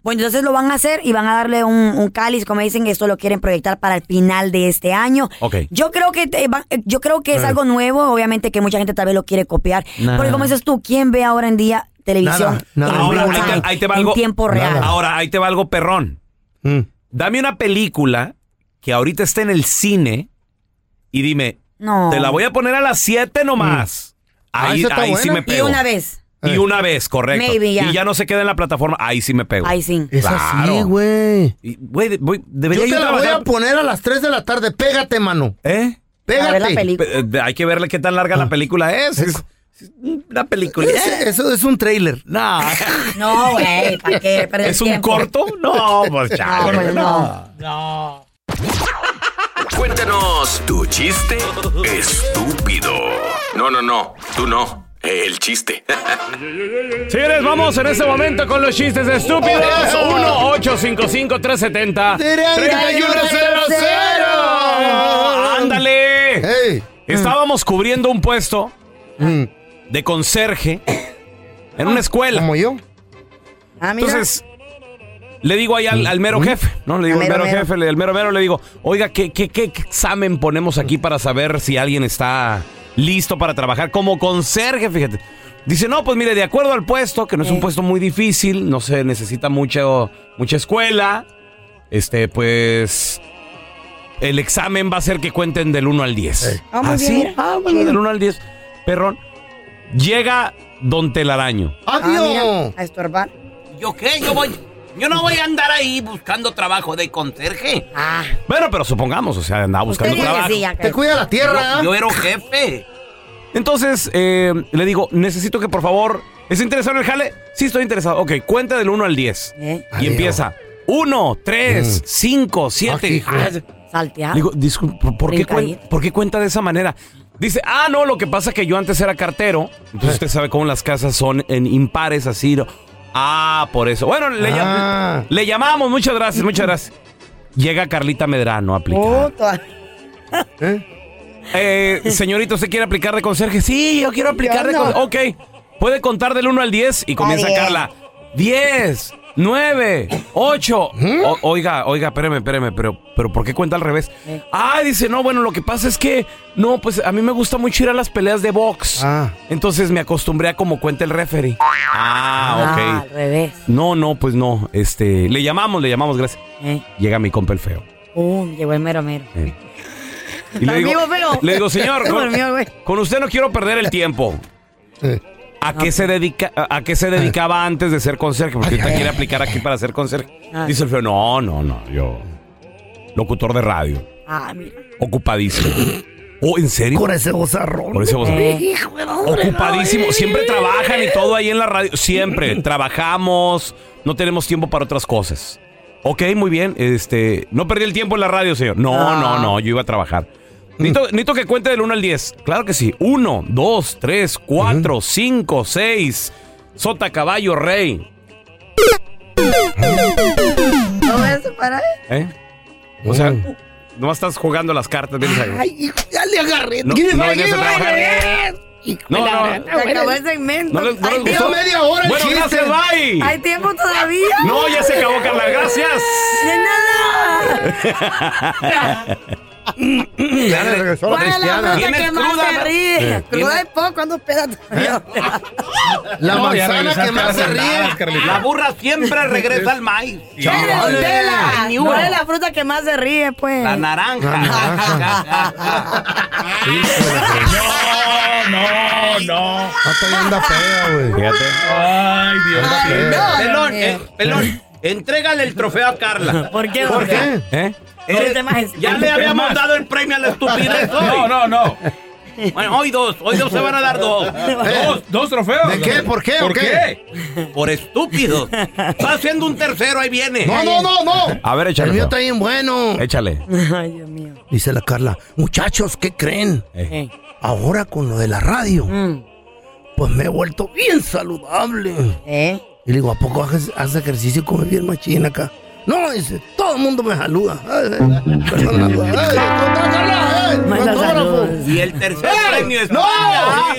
S4: Bueno, entonces lo van a hacer y van a darle un, un cáliz, como dicen, esto lo quieren proyectar para el final de este año.
S2: Ok.
S4: Yo creo que te va- eh, yo creo que es
S2: Eh.
S4: algo nuevo, obviamente que mucha gente tal vez lo quiere copiar,
S2: Nah.
S4: porque como dices tú, ¿quién ve ahora en día televisión? en
S2: Ahora,
S4: real
S2: ahí te,
S4: time,
S2: ahí te va
S4: en
S2: algo-
S4: tiempo real.
S2: Ahora, ahí te va algo perrón.
S3: Mm.
S2: Dame una película que ahorita esté en el cine y dime,
S4: No.
S2: te la voy a poner a las 7 nomás.
S3: Mm.
S4: Ah,
S2: Ahí,
S4: esa está Eh.
S2: ahí sí
S4: buena.
S2: me pego.
S4: Y una vez.
S3: Eh.
S2: Y una vez, correcto.
S4: Maybe, ya.
S2: Y ya no se queda en la plataforma. Ahí sí me pego.
S4: Ahí sí.
S3: Es así, güey.
S2: Y, Güey, de- voy-
S3: Yo
S2: debería
S3: te
S2: yo
S3: la voy
S2: trabajar-
S3: a poner a las 3 de la tarde. Pégate, mano.
S2: ¿Eh?
S3: Pégate. Ah.
S2: Pe- eh, Hay que verle qué tan larga la película es. Es- es Una película.
S3: Ese- Eso es un trailer.
S2: No.
S4: No, güey, ¿para qué perder
S2: ¿Es un
S4: tiempo?
S2: corto? No, pues chale,
S4: No, pues,
S2: no.
S4: no.
S23: Cuéntanos tu chiste estúpido. No, no, no. Tú no. El chiste.
S2: Señores, vamos en este momento con los chistes estúpidos. 1-855-370-3100. ¡Ándale! Estábamos cubriendo un puesto de conserje en una escuela. Como
S3: yo.
S4: Ah, mira.
S2: Entonces, le digo ahí al, al mero jefe, ¿no? Le digo
S4: Al
S2: al
S4: mero,
S2: mero,
S4: mero.
S2: jefe, le- al mero mero le digo, oiga, ¿qué, qué, qué examen ponemos aquí para saber si alguien está listo para trabajar como conserje, fíjate? Dice, no, pues mire, de acuerdo al puesto, que no es un puesto muy difícil, no se necesita mucho, mucha escuela, este, pues, el examen va a ser que cuenten del 1 al 10.
S4: Ah, muy
S2: Así,
S4: bien, mira.
S2: ah,
S3: Pues
S2: bueno, del 1 al 10. Perrón, llega Don Telaraño.
S1: Adiós.
S4: mira, a estorbar.
S1: Ah, ¿Yo qué? Yo voy. Yo no voy a andar ahí buscando trabajo de conserje.
S4: Ah.
S2: Bueno, pero supongamos, o sea, andaba buscando trabajo.
S3: Te cuida la tierra.
S1: Yo, yo era jefe.
S2: Entonces, eh, le digo, necesito que por favor. ¿Es interesado en el jale? Sí, estoy interesado. Ok, cuenta del 1 al 10.
S4: ¿eh?
S2: Y empieza. 1,
S3: Mm.
S2: 3, 5,
S3: Ah,
S2: 7.
S4: Saltear.
S2: Digo, disculpe, ¿por- ¿por qué,
S4: Brinca
S2: cuen-
S4: ahí.
S2: por qué cuenta de esa manera? Dice, ah, no, lo que pasa es que yo antes era cartero. Entonces usted sabe cómo las casas son en impares, así. ¿no? Ah, por eso. Bueno, le, llam- le llamamos. Muchas gracias, muchas gracias. Llega Carlita Medrano a aplicar.
S4: Puta.
S2: Eh, señorita, ¿usted quiere aplicar de conserje? Sí, yo quiero aplicar de conserje. Ok. Puede contar del 1 al 10 y comienza
S4: bien.
S2: Carla. 10, 9, 8. Oiga, oiga, espéreme, espéreme, pero, pero ¿por qué cuenta al revés? Ah, dice, no, bueno, lo que pasa es que, no, pues a mí me gusta mucho ir a las peleas de box. Entonces me acostumbré a como cuenta el referee. Ah, ok.
S4: al revés.
S2: No, no, pues no. Este, le llamamos, le llamamos, gracias. Llega mi compa el feo.
S4: Uh, llegó el mero mero.
S2: Y le digo,
S4: Dormido, feo.
S2: le digo, señor, con,
S4: Dormido, güey.
S2: con usted no quiero perder el tiempo. ¿A qué, se dedica, a, a qué se dedicaba antes de ser conserje? Porque usted quiere aplicar aquí para ser conserje.
S4: Ah.
S2: Dice el feo, no, no, no, yo... Locutor de radio,
S4: Ah, mira.
S2: ocupadísimo. Oh, ¿en serio?
S3: Por ese bozarrón.
S2: Por ese bozarrón. Ocupadísimo.
S1: eh.
S2: Siempre trabajan y todo ahí en la radio. Siempre. Trabajamos. No tenemos tiempo para otras cosas. Ok, muy bien. Este, no perdí el tiempo en la radio, señor. No,
S1: Ah.
S2: no, no. Yo iba a trabajar. Necesito,
S1: Mm.
S2: necesito que cuente del 1 al 10. Claro que sí. 1, 2, 3, 4, 5, 6. Sota, caballo, rey.
S4: ¿No voy a separar?
S2: ¿Eh? O sea,
S1: Mm.
S2: nomás estás jugando las cartas. vienes ahí.
S3: Ay, hijo, ya le agarré.
S2: No,
S3: Give me
S2: no
S3: back,
S2: venías
S3: give
S2: a
S3: me back.
S2: trabajar. No, no.
S4: Se acabó el segmento.
S2: No les- no
S4: Hay
S2: les gustó
S4: tiempo-
S2: media hora el Bueno, chiste. gracias, bye.
S4: ¿Hay tiempo todavía?
S2: No, ya se acabó, Carla, gracias.
S4: De nada.
S2: Ya le regresó
S4: ¿Cuál es la fruta que más se ríe?
S2: Eh.
S4: Cruda y poco, ando pedo todavía.
S3: La
S1: No, ya
S3: manzana
S1: regresaste
S3: que
S1: a
S3: más
S1: las
S3: se
S1: andadas,
S3: ríe.
S1: La burra siempre regresa al maíz.
S4: Pero,
S1: Chale.
S4: Tela,
S1: Ni
S4: ¿Cuál es
S1: una.
S4: la fruta que más se ríe, pues?
S1: La naranja.
S7: Ah,
S14: No, no.
S3: Hasta ya anda fea, güey.
S2: Fíjate.
S1: Ay, Dios
S3: Ay,
S1: mío.
S3: no,
S1: Pelón,
S3: Dios
S1: eh, pelón, entrégale el trofeo a Carla.
S4: ¿Por qué,
S1: ¿Por qué?
S2: ¿Eh?
S1: Eres- ya le habíamos dado el premio a la estupidez hoy.
S14: No, no, no.
S1: Bueno, hoy dos, hoy dos se van a dar dos.
S14: Dos, dos trofeos.
S1: ¿De qué? ¿Por qué o
S14: ¿Por
S1: qué?
S14: qué?
S1: Por estúpido. Está haciendo un tercero, ahí viene.
S3: No, no, no, no.
S2: A ver, échale.
S3: El mío
S2: feo.
S3: está bien bueno.
S2: Échale.
S4: Ay, Dios mío.
S3: Dice la Carla, muchachos, ¿qué creen?
S4: Eh. Mm.
S3: Ahora con lo de la radio, pues me he vuelto bien saludable.
S4: ¿Eh?
S3: Y le digo, ¿a poco haces, haces ejercicio y comes bien machín acá? No, dice, todo el mundo me saluda. Ay, ay, perdón, la- ay, doctora Carla, ay, fotógrafo.
S1: Y el tercer premio es.
S3: ¡No!
S7: Ah,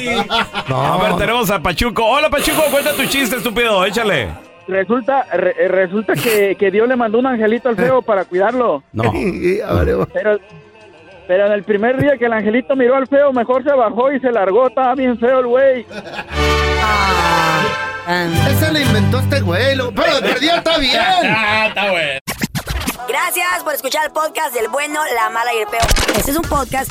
S2: A ver, tenemos a Pachuco. Hola, Pachuco, cuenta tu chiste, estúpido. Échale.
S6: Resulta, re- eh, resulta que, que Dios le mandó un angelito al feo para cuidarlo.
S2: No.
S6: Pero, pero en el primer día que el angelito miró al feo, mejor se bajó y se largó. Estaba bien feo el güey.
S3: Ese le inventó este güey, lo- pero de perdida está bien.
S14: Ah, está bueno.
S4: Gracias por escuchar el podcast del bueno, la mala y el peor. Este es un podcast